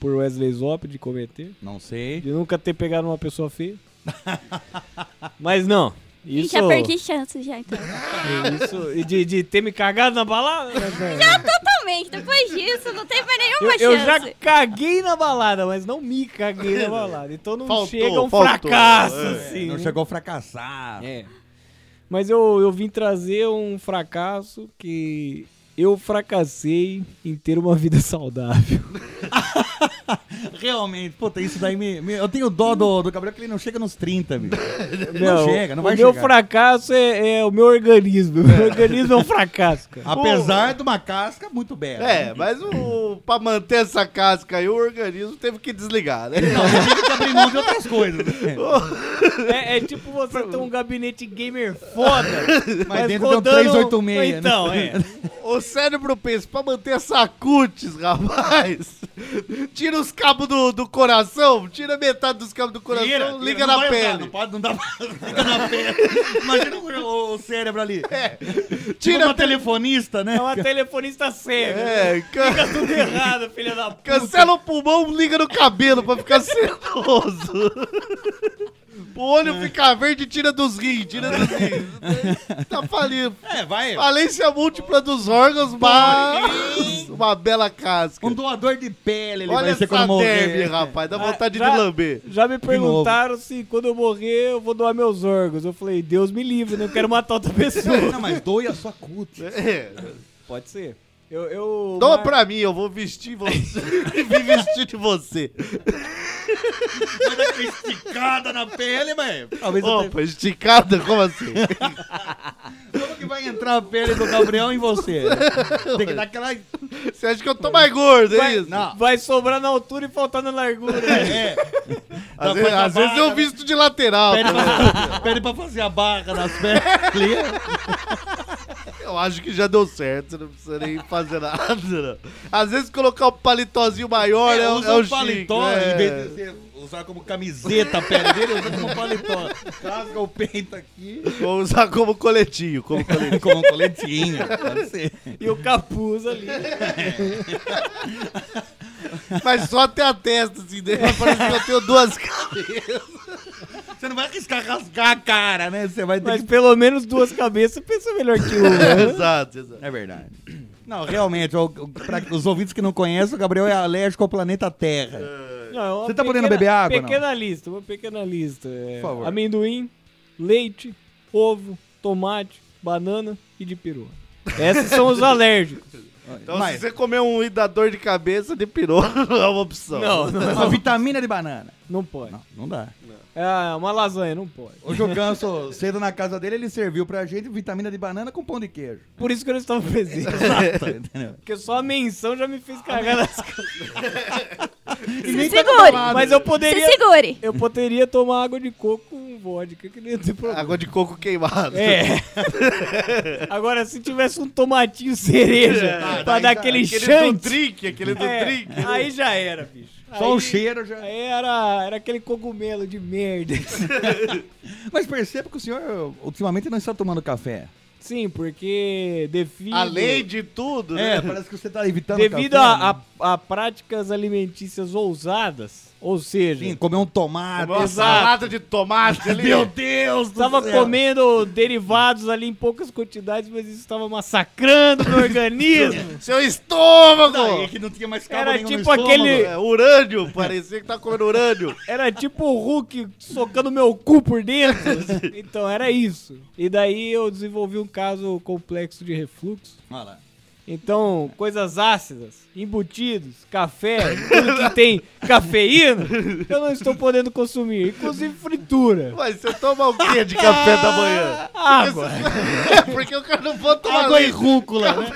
S5: por Wesley Zop de cometer.
S4: Não sei.
S5: De nunca ter pegado uma pessoa
S3: [laughs]
S5: feia. Mas não.
S6: E
S5: Isso,
S6: já é perdi chance, já,
S4: [laughs]
S6: então.
S5: isso- e de, de ter me cagado na balada?
S6: já tá totalmente, depois disso, não teve mais
S5: Eu,
S6: nenhuma
S5: eu já
S6: chance.
S5: caguei na balada, mas não me caguei na balada. Então não
S3: É. Faltou,
S5: chega um
S3: faltou.
S5: fracasso,
S3: É,
S5: assim.
S4: Não
S5: né?
S4: chegou a fracassar.
S5: É. Mas eu, eu vim trazer um fracasso que eu fracassei em ter uma vida saudável.
S4: [laughs] Realmente, puta, isso daí me, me- Eu tenho dó do, do Gabriel que ele não chega nos 30, bicho.
S5: Meu,
S4: chega, não
S5: o
S4: vai
S5: meu
S4: chegar.
S5: fracasso é, é o meu organismo. O meu organismo é um fracasso, cara.
S4: Apesar de uma casca muito bela.
S3: É, mas o, pra manter essa casca aí, o organismo teve que desligar, né?
S4: [laughs] Não, você tem que abrir mão de outras coisas. né?
S5: É, é tipo você ter um gabinete gamer foda,
S4: [laughs] Mas,
S5: mas
S4: dentro de um
S5: rodando-
S4: 386. né?
S5: Então, é.
S3: O cérebro pensa, pra manter essa cutis, rapaz, tira os cabos do, do coração, tira metade dos cabos do coração,
S4: Tira, tira,
S3: liga
S4: não
S3: na
S4: vai usar,
S3: pele.
S4: não pode, não dá pra- [laughs] Liga na pele. Imagina o, o cérebro ali. Tira
S3: É, tira
S4: uma telefonista, né?
S5: É
S4: [laughs]
S5: uma telefonista cega.
S3: É,
S5: Tá
S3: can-
S5: tudo errado, filha da puta.
S3: cancela o pulmão, liga no cabelo pra ficar sedoso. O olho fica verde, tira dos rins, tira dos rins. Tá falindo.
S4: É, vai.
S3: Falência múltipla dos órgãos, mas uma bela casca.
S4: Um doador de pele ele
S3: Olha
S4: vai ser quando
S3: essa derme,
S4: morrer.
S3: rapaz, dá
S5: Ah,
S3: vontade
S5: já-
S3: de lamber.
S5: Já me
S4: novo.
S5: perguntaram se quando eu morrer eu vou doar meus órgãos. Eu falei, Deus me livre, não quero matar
S4: [laughs]
S5: outra pessoa.
S4: É. Não, mas doe a sua cutis.
S3: É.
S5: Pode ser. Eu. eu
S3: Dou
S5: mas-
S3: pra mim, eu vou vestir [laughs] você. Me vestir de você.
S4: Vai dar aquela esticada na pele, velho. Talvez até...
S3: Opa, esticada, como assim?
S4: Como que vai entrar a pele do Gabriel em você?
S5: né?
S4: Tem que dar aquela...
S3: Você acha que eu tô mais gordo, é isso?
S4: Não.
S5: Vai sobrar na altura e faltar na largura.
S4: É.
S3: Às, vezes, às vezes eu visto de lateral.
S4: Pede
S3: também.
S4: pra, pede pra fazer a barra nas pernas.
S3: Eu acho que já deu certo, você não precisa nem fazer nada. Não. Às vezes colocar um paletózinho maior é,
S4: Olha,
S3: é,
S4: usa
S3: o
S4: um
S3: chique,
S4: paletó,
S3: é.
S4: em vez de você usar como camiseta a pele dele, usa como paletó. Rasga o peito aqui.
S3: Vou usar como coletinho, como coletinho.
S4: Como um coletinho, pode ser.
S5: E o capuz ali.
S3: Mas só até a testa, assim, daí parece que eu tenho duas
S4: [laughs]
S3: cabeças.
S4: Você não vai arriscar rasgar a cara, né? Você vai ter
S5: Mas
S4: que...
S5: pelo menos duas cabeças pensa melhor
S4: [laughs]
S5: que uma. né?
S3: exato, exato.
S4: É verdade. Não, realmente, o- o- pra os ouvintes que não conhecem, o Gabriel é alérgico ao planeta Terra.
S5: Não, é uma
S4: Você tá podendo beber água, não?
S5: Pequena lista, uma pequena lista. É,
S4: Por favor.
S5: Amendoim, leite, ovo, tomate, banana e de peru. Esses são os alérgicos.
S3: Então,
S4: Mas-
S3: se você comer um idador de cabeça de piroca, não [laughs] é uma opção.
S5: Não, não,
S4: Uma vitamina de banana.
S5: não pode.
S4: Não, não dá.
S5: É uma lasanha, não pode.
S4: Hoje o Ganso, cedo na casa dele, ele serviu pra gente vitamina de banana com pão de queijo.
S5: Por isso que eu não estava presente.
S4: Exato, entendeu?
S5: Porque só a menção já me fez cagar nas
S4: é
S5: coisas.
S6: Se segure.
S5: Mas eu
S6: Se
S5: poderia.
S6: segure.
S5: Eu poderia tomar água de coco com vodka, que não ia ter problema.
S3: Água de coco queimado. [laughs]
S5: É. [laughs] Agora, se tivesse um tomatinho cereja pra
S4: daí
S5: dar
S4: já-
S5: aquele
S3: É, Aquele do
S5: chante,
S3: drink, aquele do
S5: é,
S3: drink.
S5: aí já era, bicho.
S4: Só um
S5: aí,
S4: o cheiro já.
S5: Aí era, era aquele cogumelo de merda. [laughs]
S4: Mas perceba que o senhor ultimamente não está tomando café.
S5: Sim, porque devido...
S3: Além de tudo,
S4: É,
S3: né?
S4: parece que você tá evitando
S5: Devido
S4: café,
S5: a,
S4: né?
S5: a- a práticas alimentícias ousadas, ou seja,
S4: Sim, comer um tomate.
S3: Uma salada de tomate ali.
S4: Meu Deus do
S5: estava
S4: céu.
S5: comendo derivados ali em poucas quantidades, mas isso estava massacrando meu organismo.
S3: Seu estômago!
S4: Não, é que não tinha mais calma
S5: Era
S4: nenhuma no
S5: tipo aquele-
S4: estômago.
S3: É, urânio, parecia que tá comendo urânio.
S5: Era tipo o Hulk socando meu cu por [laughs] dentro. Então era isso. E daí eu desenvolvi um caso complexo de refluxo.
S4: Olha lá.
S5: Então, coisas ácidas, embutidos, café, tudo que tem cafeína, eu não estou podendo consumir, inclusive fritura.
S3: Mas você toma o quê de café da manhã?
S5: Água.
S3: [laughs] É porque o cara não pode tomar
S4: Água e
S3: leite.
S4: rúcula, né?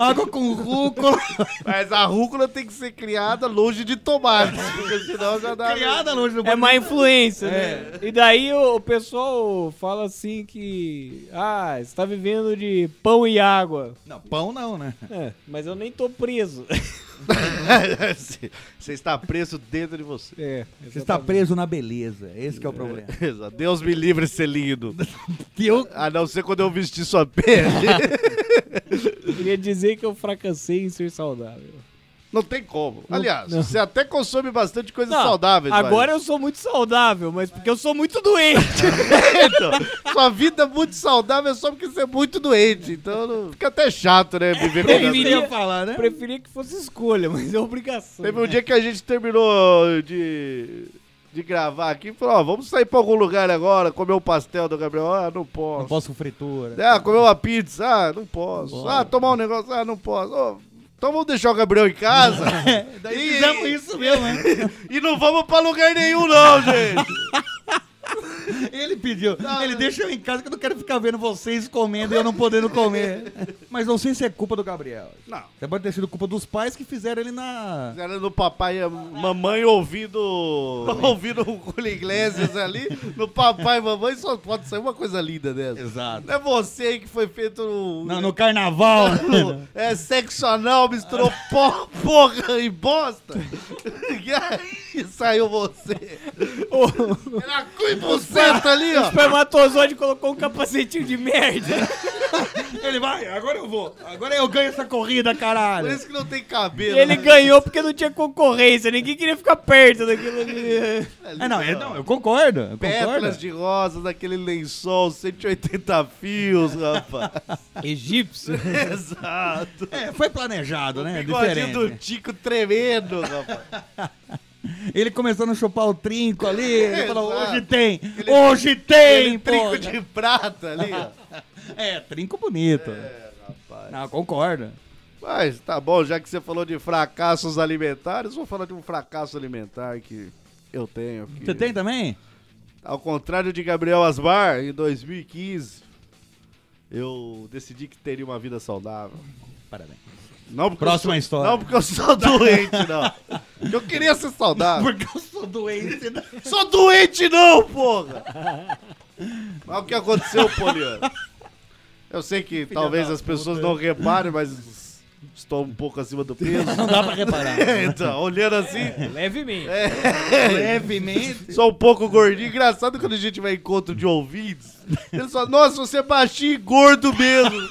S4: Água com
S5: [laughs]
S4: rúcula.
S3: Mas a rúcula tem que ser criada longe de tomates, porque senão já dá... [laughs]
S4: Criada longe do
S5: É má influência, né? E daí o, o pessoal fala assim que. Ah, você tá vivendo de pão e água.
S4: Não, pão não, né?
S5: É, mas eu nem tô preso.
S3: Você- É, você está preso dentro de você.
S5: É,
S4: Você está preso na beleza. Esse que é o problema.
S3: [laughs] Exato. Deus me livre de ser lindo.
S5: [laughs]
S4: Que eu...
S3: A não ser quando eu vestir sua
S5: [laughs]
S3: pele.
S5: eu queria dizer que eu fracassei em ser saudável.
S3: Não tem como. Aliás,
S5: não.
S3: você até consome bastante coisas
S5: Não,
S3: saudáveis. [laughs]
S5: Agora eu sou muito saudável, mas porque eu sou muito doente.
S3: eu... Então, Sua vida é muito saudável só porque você é muito doente. Então não- fica até chato, né? Viver com
S5: Preferia-
S3: essa-
S4: falar, né?
S5: Preferia que fosse escolha, mas é obrigação.
S3: Teve um dia que a gente terminou de... De gravar aqui, falou, ó, vamos sair pra algum lugar agora, comer um pastel do Gabriel. Ah, não posso.
S4: Não posso com fritura.
S3: Ah, comer uma pizza. Ah, não posso. Ah, tomar um negócio. Ah, não posso. Ô, então vamos deixar o Gabriel em
S4: [laughs]
S3: casa. e,
S4: É, Fizemos isso mesmo, né?
S3: [laughs] E não vamos pra lugar nenhum, não, gente.
S4: Ele pediu. Ele deixa eu em casa que eu não quero ficar vendo vocês comendo e eu não podendo comer. [laughs] Mas não sei se é culpa do Gabriel.
S3: Não.
S4: Você pode ter sido culpa dos pais que fizeram ele na.
S3: Era no papai e a mamãe
S4: [laughs]
S3: ouvindo. ouvindo o Julio Iglesias ali. No papai e mamãe só pode sair uma coisa linda dessa.
S4: Exato.
S3: Não é você aí que foi feito um.
S4: Não, no né? carnaval.
S3: um- É sexo anal, misturou [laughs] pó, porra e bosta. [laughs] E aí saiu você. Era é cu e buceta ali, ó.
S5: Espermatozoide colocou um capacetinho de [laughs] merda.
S4: [laughs] ele vai, agora eu vou. Agora eu ganho essa corrida, caralho.
S3: Por isso que não tem cabelo.
S5: E ele
S3: né?
S5: ganhou porque não tinha concorrência. Ninguém queria ficar perto daquilo ali.
S4: É, não, é, não, eu concordo. Eu concordo.
S3: Pétalas de rosas, aquele lençol, 180 fios,
S4: [laughs]
S3: rapaz.
S5: Egípcio.
S3: Exato.
S4: É, foi planejado, né?
S3: Bigodinho
S4: Diferente.
S3: do Tico tremendo, rapaz.
S4: Ele começando a chupar o trinco ali. Ele falou,
S3: Exato.
S4: hoje tem.
S3: Ele-
S4: hoje tem,
S3: Aquele
S4: pô.
S3: trinco
S4: né?
S3: de prata
S4: [laughs]
S3: ali, ó.
S4: É, trinco bonito.
S3: Rapaz.
S4: Não, concordo.
S3: Mas tá bom, já que você falou de fracassos alimentares, vou falar de um fracasso alimentar que eu tenho. que-
S4: Você tem também?
S3: Ao contrário de Gabriel Asmar, em 2015, eu decidi que teria uma vida saudável.
S4: Parabéns.
S3: Não porque
S4: Próxima
S3: eu sou-
S4: história.
S3: Não porque eu
S4: [laughs]
S3: sou doente, não. Porque eu queria ser saudável.
S4: Ah. Porque eu sou doente. né?
S3: Sou doente não, porra! Mas o que aconteceu, Poliano? Eu sei que talvez as pessoas não reparem, mas estou um pouco acima do peso.
S4: Não dá pra reparar.
S3: então, olhando assim,
S5: Levemente.
S4: Levemente.
S3: só um pouco gordinho. Engraçado quando a gente vai em encontro de ouvintes. Eles falam, nossa, você é baixinho e gordo mesmo.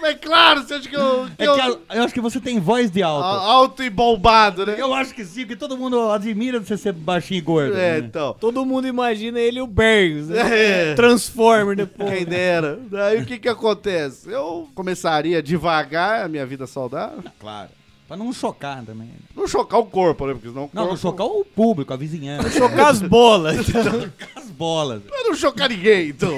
S3: Mas é claro, você acha que eu... que
S4: É que
S3: eu- Ah,
S4: eu, eu acho que você tem voz de alto.
S3: a- alto e bombado, né?
S4: Eu acho que sim, porque todo mundo admira você ser baixinho e gordo.
S3: É,
S4: né?
S3: então.
S5: Todo mundo imagina ele e o Bergs, né?
S3: É.
S5: Transformer depois.
S3: Quem dera. Daí o que que acontece? Eu começaria devagar a minha vida saudável.
S4: Claro. Pra não chocar também. né?
S3: Não chocar o corpo, né? Porque senão o
S4: Não,
S3: corpo...
S4: não chocar o público, a vizinhança,
S5: Chocar
S4: [laughs]
S5: as bolas.
S4: as bolas.
S3: Pra não chocar ninguém, então.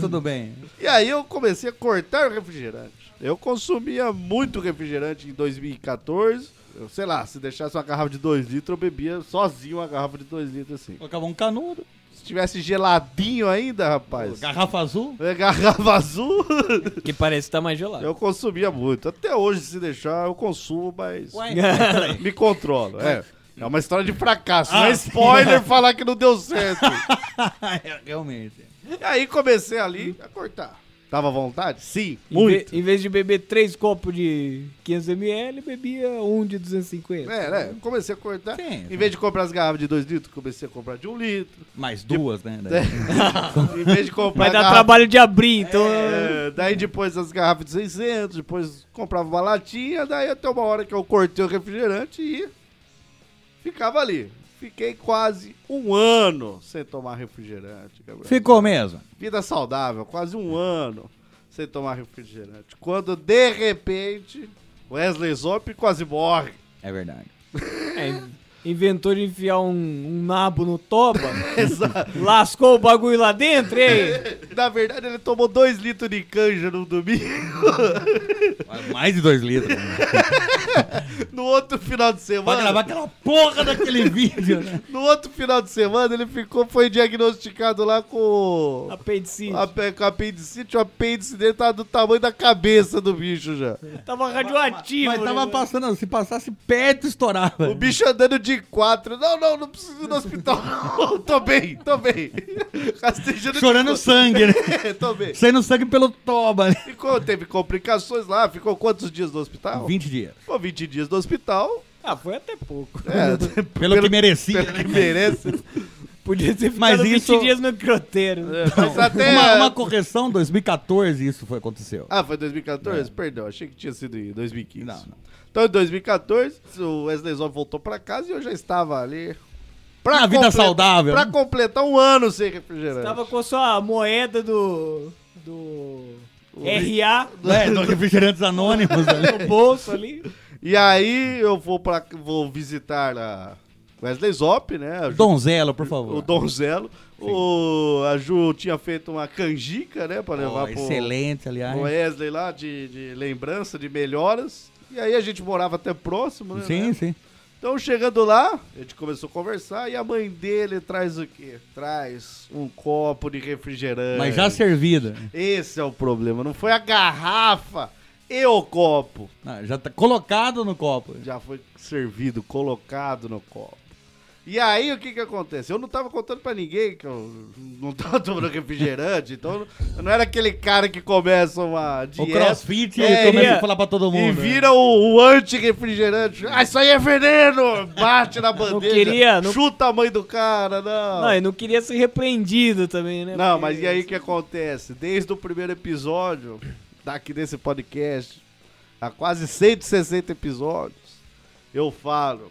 S4: Tudo bem.
S3: e aí eu comecei a cortar o refrigerante. Eu consumia muito refrigerante em 2014. Eu, sei lá, se deixasse uma garrafa de 2 litros, eu bebia sozinho uma garrafa de 2 litros assim.
S4: Colocava um canudo,
S3: Se tivesse geladinho ainda, rapaz.
S4: garrafa azul.
S3: é, [laughs] Garrafa azul, [laughs]
S5: Que parece que tá mais gelado.
S3: eu consumia muito. Até hoje, se deixar, eu consumo, mas
S4: Ué, peraí. [laughs]
S3: me controlo. É, é uma história de fracasso. Não é spoiler falar que não deu certo.
S4: É, Realmente.
S3: [laughs] E aí comecei ali a cortar. Tava à vontade? Sim,
S5: Em
S3: muito.
S5: ve- Em, vez de beber três copos de 500ml, bebia um de 250.
S3: É, né? Comecei a cortar.
S4: Sim,
S3: em vez de comprar as garrafas de 2 litros, comecei a comprar de 1 um [laughs] litro.
S4: Mais duas, né? daí.
S3: em vez de comprar.
S5: Vai dar
S3: garrafa-
S5: trabalho de abrir, então.
S3: É, daí depois as garrafas de 600, depois comprava uma latinha, daí até uma hora que eu cortei o refrigerante e ficava ali. Fiquei quase um ano sem tomar refrigerante, Gabriel.
S4: Ficou mesmo.
S3: Vida saudável, quase um ano sem tomar refrigerante. Quando, de repente, Wesley Zop quase morre. [laughs]
S4: É verdade.
S5: É, inventou de enfiar um, um nabo no toba,
S3: Exato.
S5: lascou o bagulho lá dentro, e aí?
S3: Na verdade, ele tomou dois litros de canja no domingo. [laughs]
S4: Mais de dois litros.
S3: No outro final de
S4: Vai
S3: semana.
S4: gravar aquela porra daquele vídeo, né?
S3: No outro final de semana, ele ficou, foi diagnosticado lá com.
S5: Apendicite.
S3: A, pe- com apendicite, o apêndice dele tava do tamanho da cabeça do bicho já.
S4: É.
S5: Tava radioativo.
S4: Mas
S5: né,
S4: tava
S5: mano?
S4: passando, se passasse perto, estourava.
S3: O bicho andando de quatro. Não, não, não preciso ir no hospital. não. [laughs] tô bem, tô bem. [laughs] Rastejando de
S4: Chorando
S3: quatro.
S4: sangue, né?
S3: [laughs] É, tô bem.
S4: Saindo sangue pelo toba, né?
S3: Ficou, teve complicações lá, ficou quantos dias no hospital?
S4: 20 dias.
S3: Ficou 20 dias no hospital.
S5: Ah, foi até pouco. [laughs]
S3: É,
S4: [laughs] Pelo, que merecia.
S3: pelo que merece.
S5: Podia ter ficado
S4: Mas
S5: 20
S4: isso-
S5: dias no croteiro.
S3: É, Mas até.
S4: Uma, uma correção, 2014 isso foi, aconteceu.
S3: Ah, foi 2014? Perdão, achei que tinha sido em 2015.
S4: É. Não, não.
S3: Então, em 2014, o Wesley Zop voltou pra casa e eu já estava ali. Pra
S4: Na vida saudável,
S3: Pra
S4: né?
S3: completar um ano sem refrigerante.
S5: Tava com a sua moeda do. do. RA [laughs]
S4: É, do refrigerantes anônimos
S3: [laughs]
S5: no
S4: ali.
S5: bolso ali.
S3: E aí eu vou, pra, vou visitar a Wesley Zop, né? A Ju-
S4: Donzelo, por favor.
S3: O Donzelo. O, a Ju tinha feito uma canjica, né? Pra
S4: Ó,
S3: levar pro,
S4: excelente, aliás.
S3: pro é Wesley lá de, de lembrança, de melhoras. E aí a gente morava até próximo, né? né?
S4: Sim, sim.
S3: Então, chegando lá, a gente começou a conversar e a mãe dele traz o quê? Traz um copo de refrigerante.
S4: Mas já servida.
S3: Esse é o problema, não foi a garrafa e o copo.
S4: Ah, já tá colocado no copo.
S3: Já foi servido, colocado no copo. E aí, o que que acontece? Eu não tava contando pra ninguém que eu não tava [laughs] tomando refrigerante, então eu não era aquele cara que começa uma
S4: O
S3: dieta...
S4: crossfit
S3: É,
S4: começa
S5: e-
S4: a falar pra todo mundo.
S3: E
S4: né?
S3: vira o, o anti-refrigerante. Ah, isso aí é veneno! Bate na bandeja.
S5: queria, não-
S3: Chuta a mãe do cara, não.
S5: Não,
S3: Não,
S5: e não queria ser repreendido também, né? Porque-
S3: mas e aí o que acontece? Desde o primeiro episódio, daqui desse podcast, há quase 160 episódios, eu falo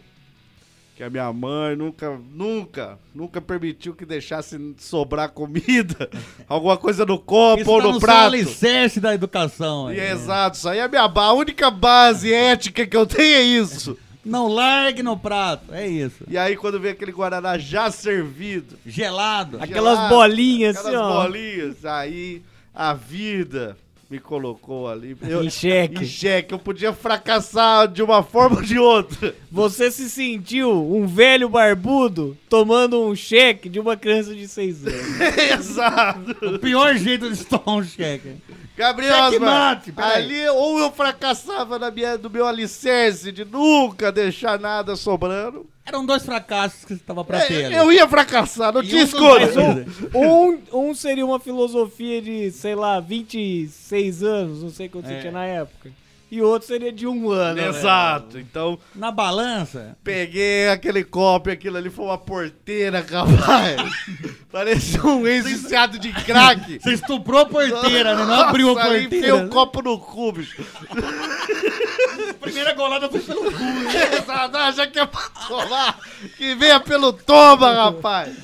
S3: que a minha mãe nunca, nunca, nunca permitiu que deixasse sobrar comida, [laughs] alguma coisa no copo
S4: Isso
S3: ou
S4: tá
S3: no,
S4: no seu
S3: prato.
S4: alicerce da educação. aí,
S3: E é
S4: né?
S3: Exato, isso aí é a minha ba- a única base ética que eu tenho é isso.
S4: Não largue no prato. É isso.
S3: E aí quando vem aquele Guaraná já servido,
S4: Gelado.
S5: Aquelas
S3: gelado,
S5: bolinhas
S3: aquelas
S5: assim, ó.
S3: bolinhas, aí a vida me colocou ali. Eu,
S5: Em xeque.
S3: em xeque, eu podia fracassar de uma forma ou de outra. [laughs]
S5: Você se sentiu um velho barbudo tomando um cheque de uma criança de 6 anos.
S3: Exato.
S4: O pior jeito de tomar um cheque.
S3: Gabriel Osmar,
S4: Checkmate, peraí.
S3: ali ou eu fracassava na minha, no meu alicerce de nunca deixar nada sobrando.
S4: Eram dois fracassos que você tava pra ter ali.
S3: É, Eu ia fracassar, não
S4: E
S3: tinha
S4: um dos dois
S3: escolha.
S5: um, um seria uma filosofia de, sei lá, 26 anos, não sei quanto você
S4: É.
S5: tinha na época. E outro seria de um ano.
S3: [laughs]
S5: né?
S3: Exato, então
S4: Na balança,
S3: Peguei aquele copo e aquilo ali foi uma porteira, [laughs] rapaz. Parecia um ex-viciado de
S4: [laughs]
S3: crack.
S4: você estuprou a porteira, né? Não abriu a
S3: Nossa, aí enfiei
S4: porteira. né?
S3: o copo no cu, bicho.
S4: Primeira golada foi
S3: [laughs]
S4: pelo cu.
S3: Exato, ah, já que é pra tomar, que venha pelo toma, rapaz.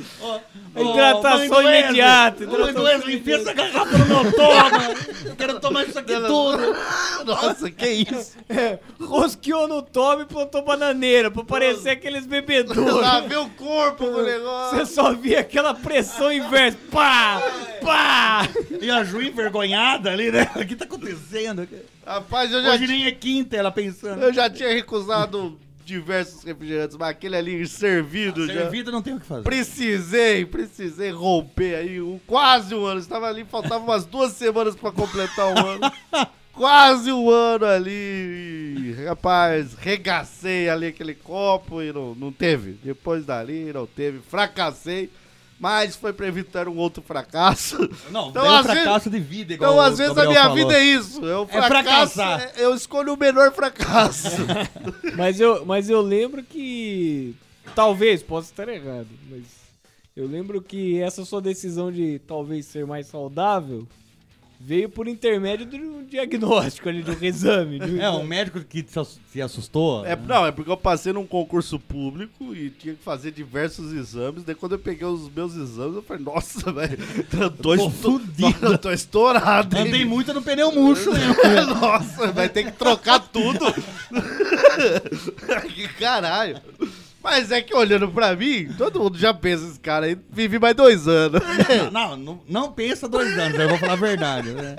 S5: A hidratação imediata.
S4: Mãe do Wesley, enfia essa garrafa no meu toma. Eu quero tomar isso aqui tudo.
S3: Nossa, que isso.
S5: É, rosqueou no toba e plantou bananeira pra parecer aqueles bebedouros.
S3: Lá, vê o corpo do negócio.
S5: Você só via aquela pressão inversa. Pá! Opa!
S4: E a Ju envergonhada ali, né? O que tá acontecendo?
S3: Rapaz, eu já,
S4: Hoje nem é quinta, ela pensando.
S3: eu já tinha recusado diversos refrigerantes, mas aquele ali servido já.
S4: Servida não tem o que fazer.
S3: Precisei, precisei romper aí um, quase um ano. Estava ali, faltava umas duas semanas pra completar um
S4: [laughs]
S3: ano. quase um ano ali. e, Rapaz, regacei ali aquele copo e não, não teve. Depois dali não teve, fracassei. Mas foi pra evitar um outro fracasso.
S4: Não,
S3: Então,
S4: então, um
S3: às vezes-
S4: fracasso de vida, igual
S3: Então,
S4: o
S3: às vezes, a
S4: Gabriel
S3: minha
S4: falou.
S3: vida é isso. Eu
S4: É
S3: fracasso,
S4: fracassar.
S3: eu escolho o menor fracasso.
S5: Mas eu, mas eu lembro que. Talvez, posso estar errado, mas. Eu lembro que essa sua decisão de talvez ser mais saudável veio por intermédio de um diagnóstico ali, de um
S4: [laughs]
S5: exame. de um
S4: É, um
S5: exame.
S4: médico que se assu- se assustou.
S3: É,
S4: né?
S3: não, é porque eu passei num concurso público e tinha que fazer diversos exames. Daí quando eu peguei os meus exames, eu falei, nossa, velho, [laughs] eu tô,
S4: Tô
S3: estu...
S4: fudido.
S3: [laughs] eu tô estourado. hein? [laughs]
S4: Andei muito no pneu murcho, né?
S3: nossa, vai ter que trocar tudo. [laughs] que caralho. Mas é que olhando pra mim, todo mundo já pensa, esse cara aí vive mais dois anos. [laughs]
S4: Não, não, não pensa dois anos, eu vou falar a verdade, né?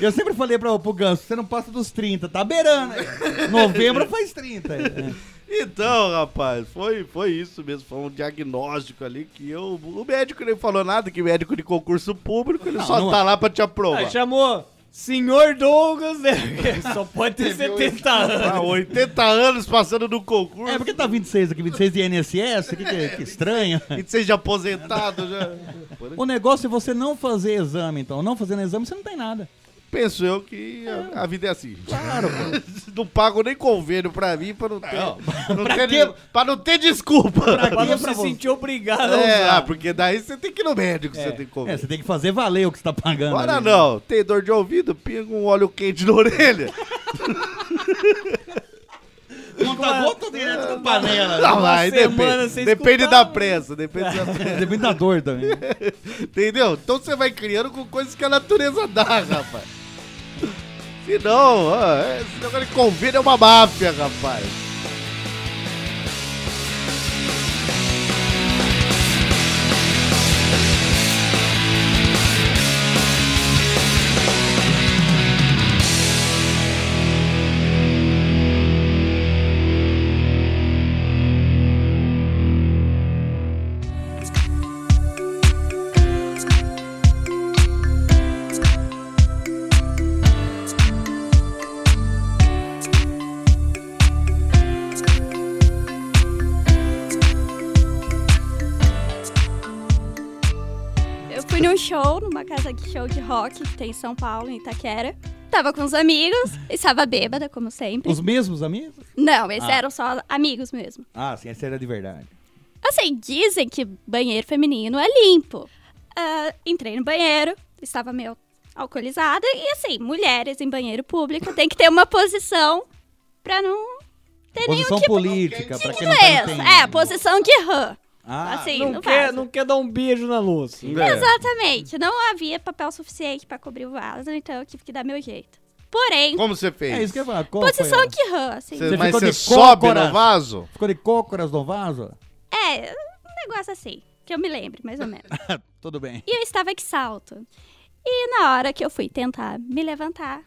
S4: Eu sempre falei pra, pro Ganso, você não passa dos 30, tá beirando aí. Novembro faz 30. né?
S3: Então, rapaz, foi, foi isso mesmo. Foi um diagnóstico ali que eu. O médico nem falou nada, que médico de concurso público, ele
S4: Não,
S3: só
S4: não é.
S3: tá lá pra te
S5: Ah,
S3: aprovar.
S5: chamou Senhor Douglas, né? [laughs] só pode ter 70
S3: Há
S5: anos.
S3: 80 anos passando no concurso.
S4: É, porque tá 26 aqui, 26 de INSS, que, que, que estranho.
S3: E que seja aposentado né? já.
S4: O negócio é você não fazer exame, então. Não fazendo exame, você não tem nada.
S3: Penso eu que a, a vida é assim.
S4: Claro, pô.
S3: [laughs] Não pago nem convênio pra mim, pra não ter.
S4: Não,
S3: não
S4: pra
S3: ter
S4: quê?
S3: nem- pra não ter desculpa.
S5: Pra não
S4: é pra
S5: Ah, se
S4: você.
S5: sentir obrigado a
S3: [laughs] É,
S5: usar.
S3: ah, porque daí você tem que ir no médico, você tem que
S4: É,
S3: comer.
S4: você tem que fazer valer o que você tá pagando.
S3: Agora
S4: ali, né?
S3: não, tem dor de ouvido, pinga um óleo quente na orelha.
S4: Conta gota tá direto com panela.
S3: Não, aí
S5: semana
S3: Ah, depende.
S5: sem
S3: Depende
S5: escutar,
S3: da pressa, depende da pressa.
S4: [laughs] Depende da dor também.
S3: Entendeu? Então você vai criando com coisas que a natureza dá, rapaz. Se não, ó, é- esse negócio de convênio é uma máfia, rapaz.
S6: Eu fui num show, numa casa de show de rock que tem em São Paulo, em Itaquera. Tava com os amigos, estava bêbada, como sempre.
S4: Os mesmos amigos?
S6: Não, eles
S4: Ah.
S6: eram só amigos mesmo.
S4: Ah, sim, essa era de verdade.
S6: Assim, dizem que banheiro feminino é limpo. Ah, entrei no banheiro, estava meio alcoolizada. E assim, mulheres em banheiro público tem que ter uma posição pra não ter
S4: Posição
S6: nenhum tipo...
S4: política, pra quem não tá
S6: Isso,
S4: entendendo.
S6: é, posição de rã.
S4: Ah,
S6: assim,
S5: Não,
S6: não
S5: quer,
S6: vaza.
S5: não quer dar um beijo na louça.
S6: Exatamente. Não havia papel suficiente pra cobrir o vaso, então eu tive que dar meu jeito. Porém,
S3: Como você fez?
S4: É isso que eu ia falar. Qual foi
S6: posição
S4: ela?
S6: de rã, assim.
S3: Cê-
S4: Você
S3: mas
S4: ficou
S3: você
S4: de
S3: sobe
S4: cócoras.
S3: no vaso?
S4: Ficou de cócoras no vaso?
S6: É, um negócio assim, que eu me lembre, mais ou menos.
S4: [laughs] Tudo bem.
S6: E eu estava que salto. E na hora que eu fui tentar me levantar,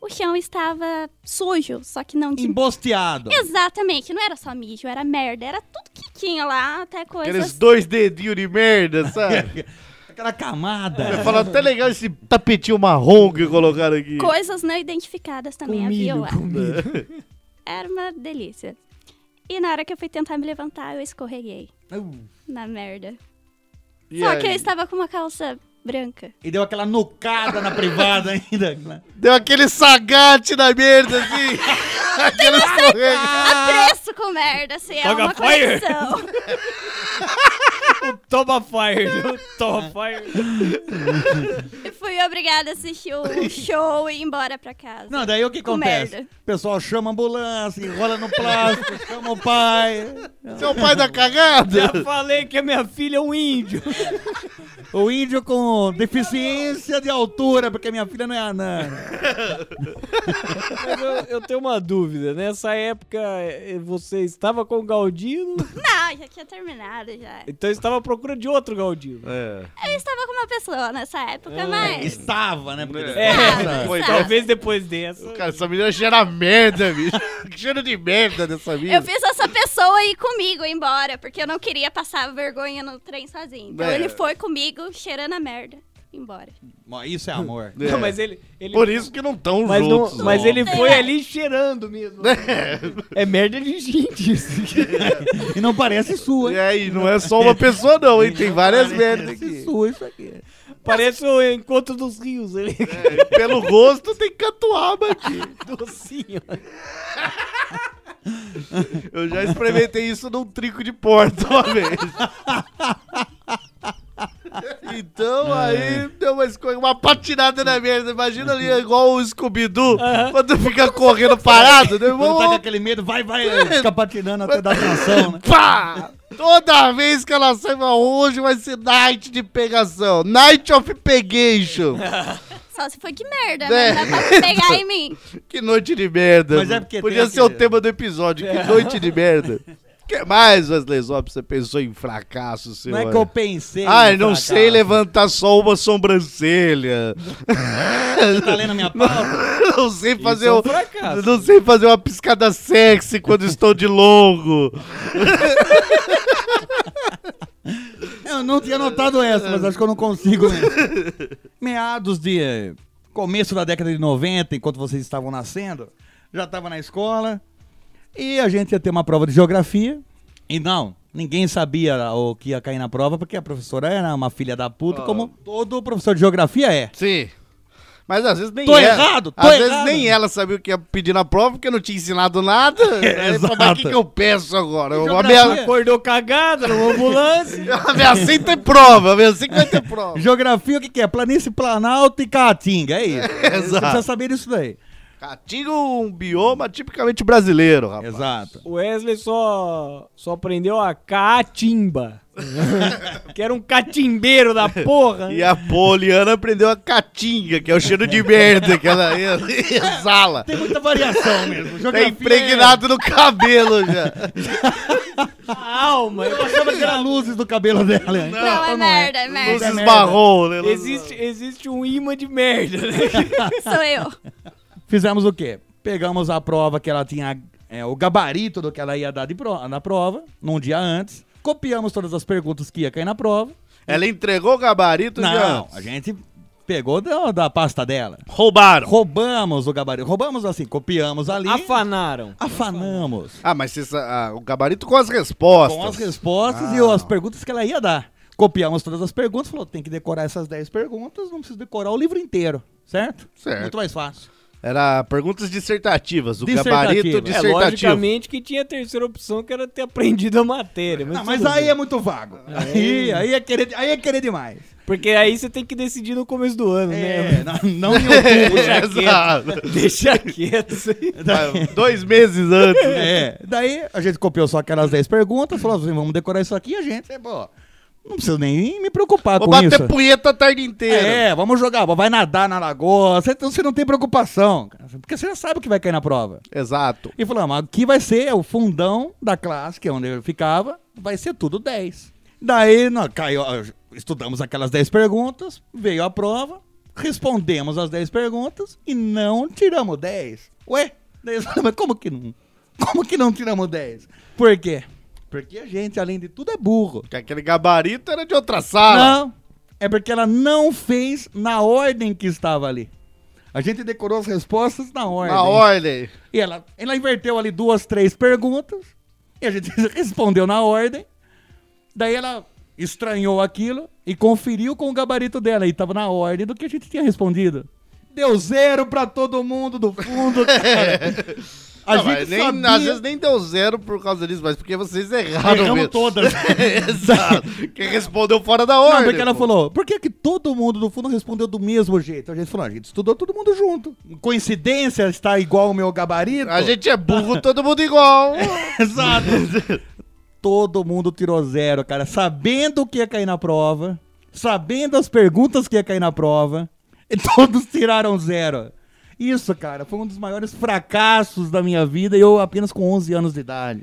S6: o chão estava sujo, só que não tinha.
S4: Embosteado.
S6: Exatamente, não era só mijo, era merda, era tudo que tinha lá, até
S3: Aqueles
S6: coisas.
S3: dois dedinhos de merda, sabe?
S4: Aquela camada.
S3: Você fala, tá legal esse tapetinho marrom que colocaram aqui.
S6: Coisas não identificadas também havia lá.
S5: milho.
S4: [laughs]
S6: Era uma delícia. E na hora que eu fui tentar me levantar, eu escorreguei
S4: Uh,
S6: na merda.
S3: E
S6: Só
S3: aí?
S6: que eu estava com uma calça branca.
S4: E deu aquela nucada na privada ainda.
S3: Deu aquele sagate na merda, assim. [laughs] aquele escorrega.
S6: Apreço com merda, assim, é
S5: Toca
S6: uma
S5: fire!
S6: coleção. [laughs]
S5: Toma fire, viu? Toma fire.
S6: E fui obrigada a
S3: [laughs]
S6: assistir o show e ir embora pra casa.
S4: Não, daí o que
S6: Com
S4: acontece?
S6: merda.
S4: O pessoal chama a ambulância, enrola no plástico, [laughs] chama o pai.
S3: Seu pai tá da cagada? [laughs]
S5: Já falei que a minha filha é um índio.
S4: O índio com deficiência de altura, porque minha filha não é anã.
S5: Mas eu, eu tenho uma dúvida. né? Nessa época, eh, você estava com o Galdino,
S6: Não, já tinha terminado já.
S5: então estava procura de outro Galdino.
S3: É.
S6: Eu estava com uma pessoa nessa época, [laughs] mas. Ah,
S4: Estava, né? Porque
S5: É,
S4: depois-
S3: Pois é.
S5: talvez depois dessa.
S3: Cara, essa menina cheira a merda, bicho. Que cheiro de merda dessa
S6: Eu
S3: menina.
S6: fiz essa pessoa ir comigo embora, porque eu não queria passar vergonha no trem sozinho. Então
S3: É.
S6: ele foi comigo, cheirando a merda, embora.
S4: Bom, Isso é amor.
S3: É.
S5: Não, mas ele. ele
S3: Por isso que não estão
S5: mas, não-
S3: juntos. Né?
S5: mas
S3: [laughs]
S4: né?
S5: ele foi ali cheirando mesmo. É merda de gente isso.
S3: [laughs]
S4: E não parece sua,
S3: E
S4: hein?
S3: aí, não é só uma pessoa não, hein? Tem várias merdas
S4: Parece
S3: aqui.
S4: sua isso aqui.
S5: Parece o encontro dos rios ali. [laughs]
S3: É, Pelo gosto, tem catuaba aqui.
S5: Docinho.
S3: Eu já experimentei isso num trinco de porta uma vez. [laughs] Então
S5: É.
S3: aí deu uma, esco- uma patinada na merda. Imagina ali, igual o Scooby-Doo, quando fica correndo parado, né?
S4: Quando tá com
S3: Vamos-
S4: aquele medo, vai, vai, fica patinando até dar
S3: [laughs]
S4: atenção, né?
S3: Pá! Toda vez que ela sai pra hoje vai ser night de pegação. Night of pegation.
S6: Só se foi que merda,
S3: É.
S6: né? Dá pra pegar em mim.
S3: Que noite de merda.
S4: Mas é porque
S3: Podia
S4: tem
S3: ser o
S4: aquele- É.
S3: tema do episódio. Que noite de
S4: [laughs]
S3: merda. que mais, Wesley Zop, você pensou em fracasso, seu?
S4: Não é que eu pensei.
S3: Ai,
S4: no
S3: Ah, não
S4: fracasso.
S3: sei levantar só uma
S4: [laughs]
S3: sobrancelha.
S4: Tá lendo a minha pauta?
S3: não sei fazer
S5: é um
S3: um-
S5: fracasso.
S3: Não sei fazer uma piscada sexy quando estou de longo.
S4: Eu não tinha notado essa, mas acho que eu não consigo. né?
S3: [laughs]
S4: Meados de eh, começo da década de 90, enquanto vocês estavam nascendo, já estava na escola e a gente ia ter uma prova de geografia. E não, ninguém sabia o que ia cair na prova, porque a professora era uma filha da
S3: Ah.
S4: puta, como todo professor de geografia é.
S3: Sim. Mas às vezes nem
S4: Tô
S3: ela-
S4: errado, tô
S3: Às vezes
S4: errado.
S3: nem ela sabia o que ia pedir na prova, porque não tinha ensinado
S4: [laughs]
S3: nada. Aí,
S4: exato.
S3: Mas o que, que eu peço agora? Eu
S4: Geografia.
S3: amea-
S5: Acordou cagado numa
S3: [laughs]
S5: ambulância.
S3: eu ameacei ter assim, prova, ameacei que vai ter prova.
S4: Geografia, o que, que é? Planície, Planalto e Caatinga, é isso.
S3: [laughs]
S4: Você
S3: Exato.
S4: precisa saber disso daí.
S3: Caatinga é um bioma tipicamente brasileiro, rapaz.
S4: Exato.
S5: O Wesley só, só aprendeu a catimba. que era um catimbeiro da porra.
S3: E a Poliana aprendeu a caatinga, que é o cheiro de merda que ela [laughs] exala.
S4: Tem muita variação mesmo.
S3: Tá
S4: Geografia
S3: impregnado no cabelo já.
S5: A alma.
S4: Eu achava que era luzes do cabelo dela. hein?
S6: Não, é merda, é
S3: Não
S6: merda.
S4: Luzes
S3: se esbarrou, né?
S5: Existe, existe um imã de merda, né?
S6: [laughs] Sou eu.
S4: Fizemos o quê? Pegamos a prova que ela tinha, é, o gabarito do que ela ia dar de pro- na prova, num dia antes. Copiamos todas as perguntas que ia cair na prova.
S3: Ela entregou o gabarito já.
S4: Não, a gente pegou da, da pasta dela.
S3: Roubaram.
S4: Roubamos o gabarito. Roubamos assim, copiamos ali.
S5: Afanaram.
S4: Afanamos.
S3: Ah, mas você sa- ah, o gabarito com as respostas.
S4: Com as respostas e as perguntas que ela ia dar. Copiamos todas as perguntas, falou, tem que decorar essas 10 perguntas, não precisa decorar o livro inteiro, certo?
S3: Certo.
S4: Muito mais fácil.
S3: Era perguntas dissertativas. O gabarito
S4: Dissertativas.
S5: É,
S3: dissertativo.
S5: logicamente que tinha a terceira opção que era ter aprendido a matéria. Mas,
S4: Ah, mas
S5: tudo
S4: aí
S5: bem.
S4: é muito vago. Aí, aí, é, querer, aí é querer demais.
S5: Porque aí você tem que decidir no começo do ano,
S4: É,
S5: né?
S4: não, não em outubro.
S5: [laughs] Deixa
S3: Exato.
S5: quieto. Deixa quieto isso aí.
S3: Mas Dois meses antes. né? [laughs]
S4: É, daí a gente copiou só aquelas 10 perguntas, falou assim, vamos decorar isso aqui, a gente, é, pô, não preciso nem me preocupar
S3: Vou
S4: com
S3: bater
S4: isso.
S3: punheta a tarde inteira.
S4: É, vamos jogar, vai nadar na lagoa, você, você não tem preocupação, cara, porque você já sabe o que vai cair na prova.
S3: Exato.
S4: E falamos, aqui vai ser o fundão da classe, que é onde eu ficava, vai ser tudo 10. Daí, nós caiu, ah, estudamos aquelas 10 perguntas, veio a prova, respondemos as 10 perguntas e não tiramos 10. Ué? Daí [laughs] eu falei, mas como que não? Como que não tiramos 10? Por quê? Porque a gente, além de tudo, é burro.
S3: Porque aquele gabarito era de outra sala.
S4: Não, é porque ela não fez na ordem que estava ali. A gente decorou as respostas na ordem.
S3: Na ordem.
S4: E ela, ela inverteu ali duas, três perguntas. E a gente [laughs] respondeu na ordem. Daí ela estranhou aquilo e conferiu com o gabarito dela. E tava na ordem do que a gente tinha respondido. Deu zero pra todo mundo
S3: [laughs]
S4: do fundo, cara. A
S3: Não, mas
S4: gente
S3: nem-
S4: sabia...
S3: Às vezes nem deu zero por causa disso, mas porque vocês erraram
S4: Erramos
S3: mesmo.
S4: todas.
S3: [laughs] Exato. Quem respondeu fora da
S4: Não,
S3: ordem.
S4: porque ela
S3: pô.
S4: falou, por que, que todo mundo do fundo respondeu do mesmo jeito? A gente falou, a gente estudou todo mundo junto. Coincidência está igual o meu gabarito?
S3: A gente é burro, todo mundo
S4: [laughs]
S3: igual.
S4: Exato. Todo mundo tirou zero, cara. Sabendo o que ia cair na prova, sabendo as perguntas que ia cair na prova, [laughs] e todos tiraram zero. Isso, cara, foi um dos maiores fracassos da minha vida e eu apenas com 11 anos de idade.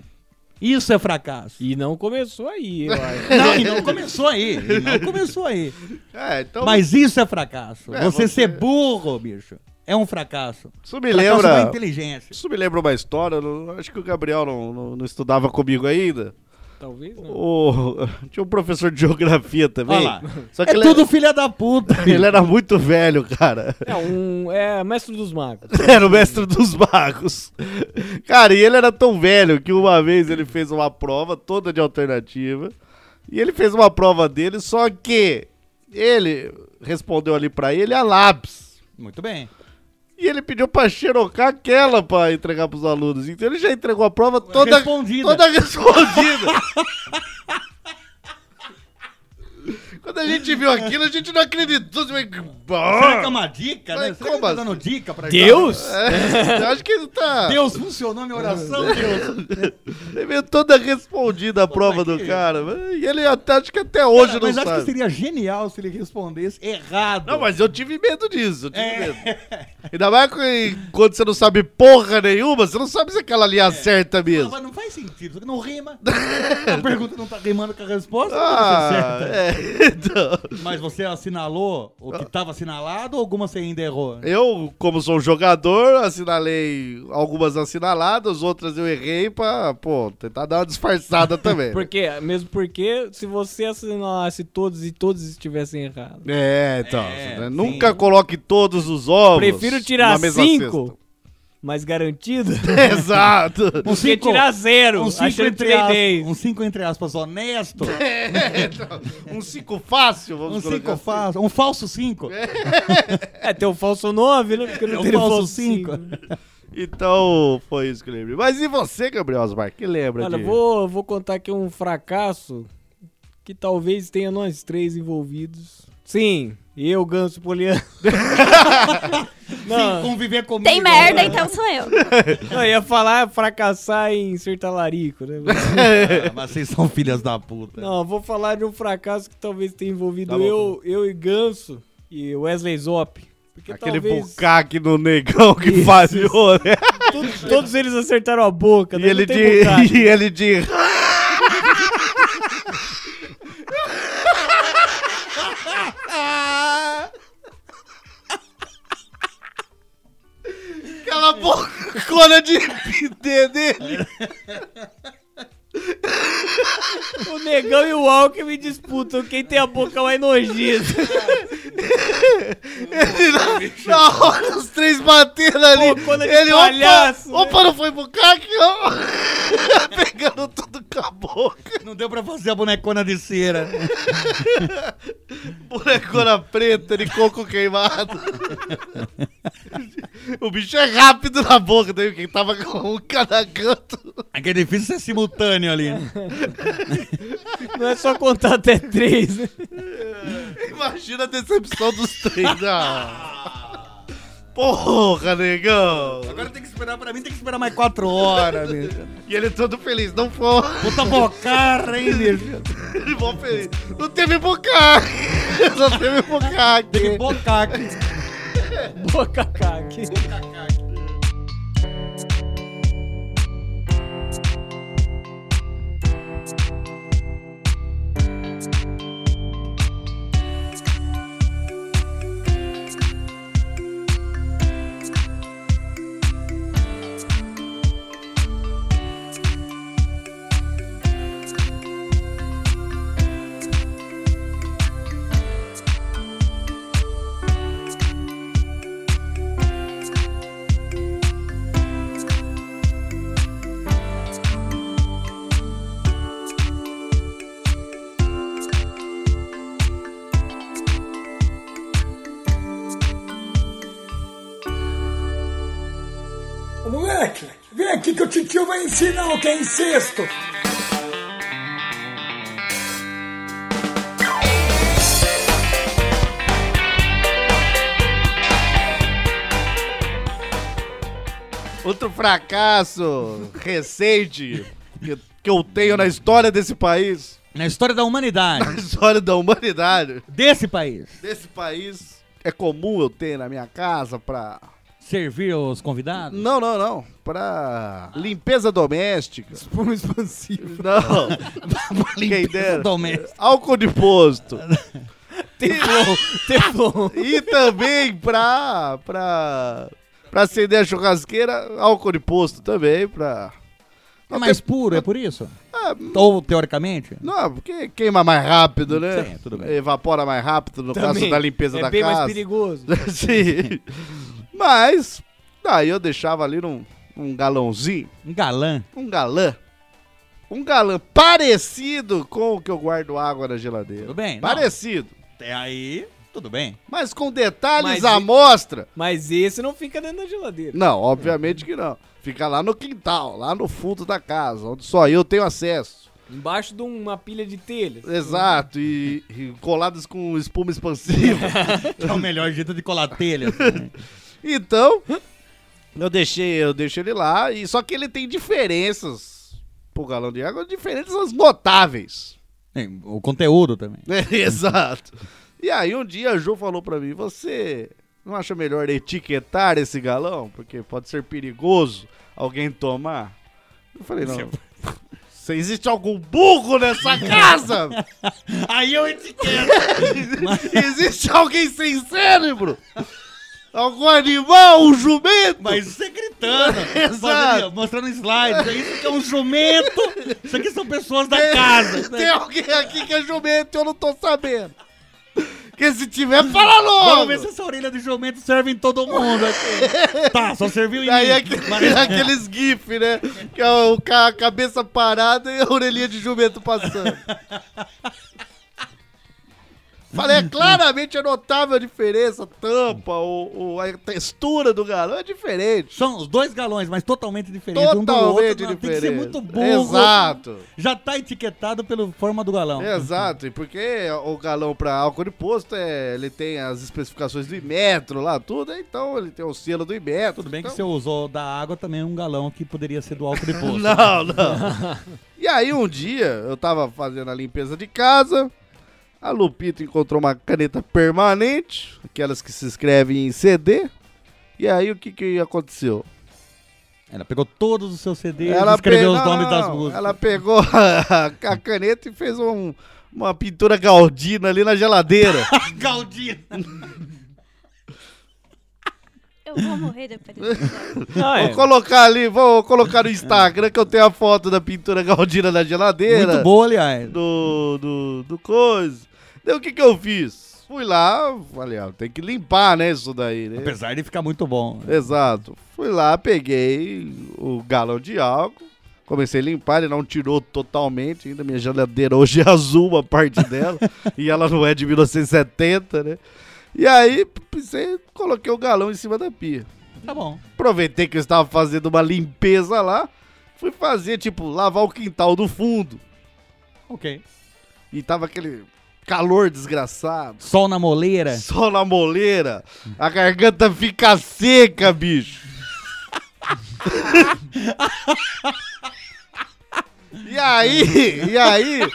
S4: Isso é fracasso.
S5: E não começou aí, eu acho.
S4: Não, e
S3: [laughs]
S4: não começou aí. e não começou aí.
S3: É, então.
S4: Mas isso é fracasso.
S3: É, você-
S4: você, ser burro, bicho, é um fracasso.
S3: isso me
S4: fracasso da
S3: lembra.
S4: inteligência.
S3: Isso me lembra uma história. eu não- acho que o Gabriel não- não, não estudava comigo ainda.
S5: Talvez não.
S3: O... [laughs] Tinha um professor de geografia também.
S4: Olha lá.
S3: Só que
S4: É
S3: ele,
S4: tudo filha da puta.
S3: [laughs] ele é- era muito velho, cara.
S5: É, um, é mestre dos magos.
S3: [laughs] Era o mestre dos magos. Cara, e ele era tão velho que uma vez ele fez uma prova toda de alternativa. E ele fez uma prova dele, só que ele respondeu ali pra ele a lápis.
S4: Muito bem.
S3: E ele pediu pra xerocar aquela pra entregar pros alunos. Então ele já entregou a prova toda
S4: Respondida.
S3: Toda [laughs] respondida. Quando a gente viu aquilo, a gente não acreditou. Será Ah!
S4: Será que é uma dica, né?
S3: Mas
S4: Será que
S3: como
S4: tá
S3: assim?
S4: dando dica pra
S5: Deus?
S3: É, eu acho que ele tá.
S4: [laughs] Deus, funcionou a minha oração, Deus.
S3: Ele veio toda respondida a prova do cara. mas- E ele até, acho que até hoje
S4: Cara,
S3: não
S4: mas
S3: sabe.
S4: acho que seria genial se ele respondesse errado.
S3: Não, mas eu tive medo disso. Eu tive
S4: É.
S3: medo. Ainda mais que quando você não sabe porra nenhuma, você não sabe se aquela ali acerta
S4: É. Não,
S3: mesmo.
S4: mas não faz sentido, não rima. a pergunta não tá rimando com a resposta.
S3: Ah,
S4: não tá certa.
S3: é, então.
S4: Mas você assinalou o que estava assinalado ou alguma você ainda errou?
S3: Eu, como sou um jogador, assinalei algumas assinaladas, outras eu errei pra, pô, tentar dar uma
S4: [laughs]
S3: disfarçada
S4: É.
S3: também. né?
S5: Porque, mesmo porque, se você assinalasse todos e todos estivessem errados.
S3: É, então.
S4: É,
S3: né?
S4: sim.
S3: Nunca coloque todos os ovos.
S5: Prefiro
S3: na
S5: tirar
S3: mesma
S5: cinco,
S4: [laughs]
S5: mas garantido,
S3: cesta. [laughs] Exato.
S4: Um
S5: que tirar zero,
S4: É, um cinco
S5: achando que
S4: entre
S5: tem
S4: aspas,
S5: dez.
S4: um cinco entre aspas honesto,
S3: É, então, [laughs] um cinco fácil, vamos
S4: um
S3: colocar
S4: cinco
S3: assim.
S4: falso, um falso cinco.
S5: É, tem o falso 9, né? Porque
S4: É
S5: não
S4: um
S5: tem o
S4: falso
S5: falso
S4: cinco.
S5: 5.
S3: Então, foi isso que eu lembrei. Mas e você, Gabriel Osmar? Que lembra
S5: Olha,
S3: de...
S5: vou, vou contar aqui um fracasso que talvez tenha nós três envolvidos. Sim, eu,
S4: [laughs]
S5: Ganso Poliano.
S4: Sim,
S5: não,
S4: conviver comigo.
S6: Tem merda, então sou eu.
S5: não, eu ia falar fracassar em ser talarico, né?
S4: Ah, mas vocês são filhas da puta.
S5: Não, eu vou falar de um fracasso que talvez tenha envolvido
S3: Tá bom,
S5: eu, eu e Ganso e Wesley Zop. Porque
S3: Aquele
S5: talvez
S3: bucaque no negão que falhou, né?
S5: to- todos eles acertaram a boca,
S3: E
S5: né?
S3: ele,
S5: não tem
S3: de... [laughs]
S5: vontade.
S3: e ele de... Aquela bocona de [laughs] pidê dele.
S5: O Negão e o Alckmin disputam quem tem a boca mais nojenta.
S3: Ele na, [laughs] na hora, os três batendo ali.
S5: Bocona de
S3: ele,
S5: palhaço, né?
S3: opa, opa, não foi bucaque, ó. [laughs] Pegando tudo com a boca.
S4: Não deu pra fazer a bonecona de cera.
S3: Bonecona preta de coco queimado. o bicho é rápido na boca, daí quem tava com um cada canto.
S4: É que é difícil ser simultâneo ali. né?
S5: Não é só contar até três, né?
S3: Imagina a decepção dos três. Ah. Porra, negão.
S4: Agora tem que esperar, pra mim tem que esperar mais quatro horas, bicho.
S3: E ele todo feliz, não foi.
S4: Puta bocarra, hein, bicho.
S3: [laughs] Ele é mó feliz. Não teve [laughs] bucaque. Só teve bucaque.
S4: Tem bocaque.
S5: Boca caque.
S8: Ô, moleque, vem aqui que o titio vai ensinar o que é incesto.
S3: Outro fracasso recente que, que eu tenho na história desse país, [laughs]
S4: Na história da humanidade,
S3: na história da humanidade,
S4: desse país.
S3: desse país, é comum eu ter na minha casa pra
S4: servir os convidados?
S3: Não, não, não. Pra limpeza doméstica.
S5: Espuma expansiva.
S3: Não. Quem
S4: Limpeza
S3: dera.
S4: [laughs] doméstica.
S3: Álcool de posto.
S5: Teflon.
S4: um.
S5: Teflon.
S4: É
S3: E também pra. pra. pra acender a churrasqueira, álcool de posto também, pra.
S4: É mais puro, é por isso?
S3: Ah,
S4: Ou teoricamente?
S3: Não, porque queima mais rápido, né?
S4: Sim, tudo bem.
S3: Evapora mais rápido no caso
S5: Também.
S3: da limpeza
S5: é
S3: da
S5: bem mais
S3: casa.
S5: perigoso.
S3: [laughs] Sim. Mas, daí eu deixava ali num, num galãozinho,
S4: Um galã.
S3: um galã. Um galã parecido com o que eu guardo água na geladeira.
S4: Tudo bem, não.
S3: Parecido.
S4: Até aí, tudo bem.
S3: Mas com detalhes
S5: Mas
S3: à
S5: e-
S3: mostra.
S5: Mas esse não fica dentro da geladeira.
S3: Não, obviamente que não. Fica lá no quintal, lá no fundo da casa, onde só eu tenho acesso.
S5: Embaixo de uma pilha de telhas.
S3: Exato, e, e colados com espuma expansiva.
S4: É o melhor jeito de colar telha. assim, né?
S3: Então, eu deixei, eu deixei ele lá, e só que ele tem diferenças pro galão de água, diferenças notáveis.
S4: o conteúdo também.
S3: né? [laughs] Exato. E aí um dia a Ju falou pra mim, você não acha melhor etiquetar esse galão? Porque pode ser perigoso alguém tomar. Eu falei, não. Se existe algum burro
S4: [laughs]
S3: nessa casa,
S4: Aí eu etiqueto.
S3: existe alguém sem cérebro, algum animal, um jumento.
S4: Mas você [laughs] gritando,
S3: Exato.
S4: fazendo- mostrando slides, isso que é um jumento, isso aqui são pessoas da
S3: [laughs]
S4: casa. né?"
S3: Tem alguém aqui que é jumento e eu não tô sabendo. Porque se tiver, fala
S4: Vamos
S3: logo.
S4: ver se essa orelha de jumento serve em todo mundo aqui. Tá, só serviu em
S3: Aí
S4: mim.
S3: aquele-
S4: Mas-
S3: aqueles gif, né? Que é o ca- a cabeça parada e a orelhinha de jumento passando. Falei,
S4: Uhum.
S3: é claramente é notável a diferença, a tampa, o, o- a textura do galão é diferente.
S4: São os dois galões, mas totalmente diferentes um do outro.
S3: Totalmente
S4: não,
S3: diferente.
S4: Tem que ser muito burro.
S3: Exato.
S4: Já tá etiquetado pela forma do galão.
S3: Exato, e porque o galão para álcool de posto, é, ele tem as especificações do Imetro lá, tudo, então ele tem o selo do Imetro.
S4: Tudo bem que
S3: então...
S4: você usou da água também um galão que poderia ser do álcool de poço.
S3: [laughs] Não, não. e aí um dia, eu tava fazendo a limpeza de casa, a Lupita encontrou uma caneta permanente, aquelas que se escrevem em CD, e aí o que que aconteceu?
S4: Ela pegou todos os seus CDs e escreveu
S3: pe- não,
S4: os nomes
S3: não,
S4: das
S3: não.
S4: músicas.
S3: Ela pegou [laughs] a, a caneta e fez um- uma pintura galdina ali na geladeira.
S4: [laughs] Galdina.
S6: Eu vou morrer depois desse episódio.
S5: Ah,
S4: é.
S3: Vou colocar ali, vou colocar no Instagram que eu tenho a foto da pintura Galdina na geladeira.
S4: Muito boa, aliás.
S3: Do, do, do coisa. Daí o que que eu fiz? Fui lá, falei, ah, tem que limpar, né, isso daí, né?
S4: Apesar de ficar muito bom.
S3: Exato. Fui lá, peguei o galão de álcool, comecei a limpar, ele não tirou totalmente ainda. Minha geladeira hoje é [laughs] azul, uma parte dela, [laughs] e ela não é de 1970, né? E aí, pensei, coloquei o galão em cima da pia.
S4: Tá bom.
S3: Aproveitei que eu estava fazendo uma limpeza lá, fui fazer, tipo, lavar o quintal do fundo.
S4: Ok.
S3: E tava aquele calor desgraçado,
S4: Sol na moleira.
S3: sol na moleira, a garganta fica seca, bicho. e aí, e aí,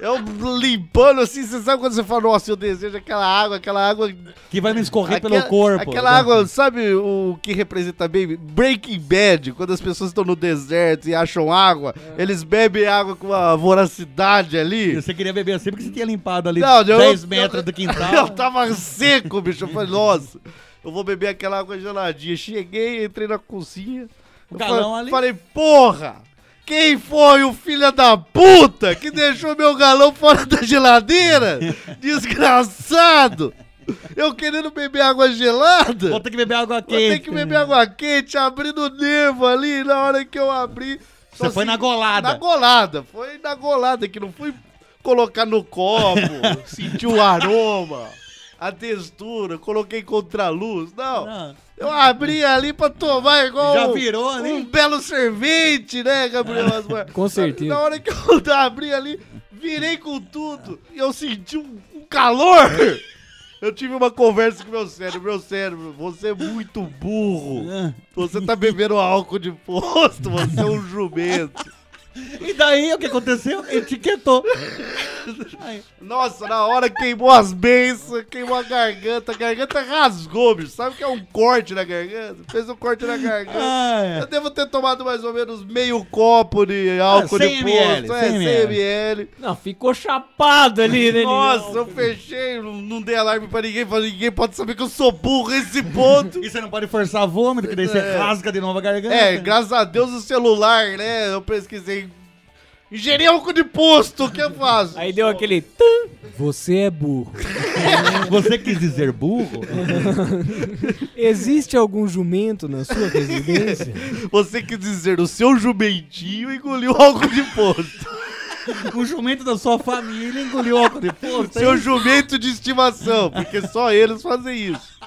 S3: eu limpando assim, você sabe quando você fala, nossa, eu desejo aquela água, aquela água
S4: Que vai me escorrer
S3: Aquela-
S4: pelo corpo. né?"
S3: Aquela água, sabe o que representa bem? Breaking Bad, quando as pessoas estão no deserto e acham água,
S4: É.
S3: eles bebem água com uma voracidade
S4: E
S3: ali.
S4: Você queria beber assim porque você tinha limpado ali
S3: Não, eu-
S4: 10
S3: eu-
S4: metros do
S3: Eu
S4: quintal.
S3: tava seco, bicho. Eu falei, nossa, eu vou beber aquela água geladinha. Cheguei, entrei na cozinha.
S4: O
S3: eu
S4: galão
S3: falei,
S4: ali.
S3: falei, porra! Quem foi o filho da puta que deixou meu galão fora da
S4: [laughs]
S3: geladeira? Desgraçado! Eu querendo beber água gelada.
S4: Vou ter que beber água
S3: Vou ter
S4: quente.
S3: que beber água quente, abrindo o nervo ali, na hora que eu abri.
S4: Você foi na golada.
S3: Na golada, foi na golada, que não fui colocar no
S4: [laughs]
S3: copo, sentir o aroma, a textura, coloquei contra a luz, não.
S4: Não.
S3: Eu abri ali pra tomar igual
S4: Já
S3: um-
S4: virou ali?
S3: um belo sorvete, né, Gabriel Asmar?
S5: [laughs] Com certeza.
S3: Na hora que eu [laughs] abri ali, virei com tudo e eu senti um, um calor. [laughs] Eu tive uma conversa com meu cérebro. Meu cérebro, você é muito burro.
S4: Ah.
S3: Você tá bebendo álcool de posto, você é um jumento.
S4: [laughs] E daí o que aconteceu? Etiquetou.
S3: Nossa, na hora queimou as bênçãos, queimou a garganta, a garganta rasgou, bicho. Sabe o que é um corte na garganta? Fez um corte na garganta.
S4: Ai.
S3: Eu devo ter tomado mais ou menos meio copo de álcool
S4: 100
S3: de
S4: Ah, ml,
S3: posto, é,
S4: 100
S3: 100 ml.
S5: Não, ficou chapado ali, né?
S3: Nossa,
S5: Nilson?
S3: eu fechei, não, não dei alarme pra ninguém, falei, ninguém pode saber que eu sou burro a esse
S4: [laughs]
S3: ponto.
S4: E você não pode forçar vômito, que daí você rasga de novo a garganta.
S3: É, graças a Deus o celular, né, eu pesquisei. Ingerir álcool de posto, o que eu faço?
S5: Aí deu aquele. Tum, você é burro.
S4: Você quis dizer burro?
S5: Existe algum jumento na sua residência?
S3: Você quer dizer, o seu jumentinho engoliu álcool de posto.
S4: o jumento da sua família engoliu álcool de posto.
S3: Seu
S4: hein?
S3: jumento de estimação, porque só eles fazem isso.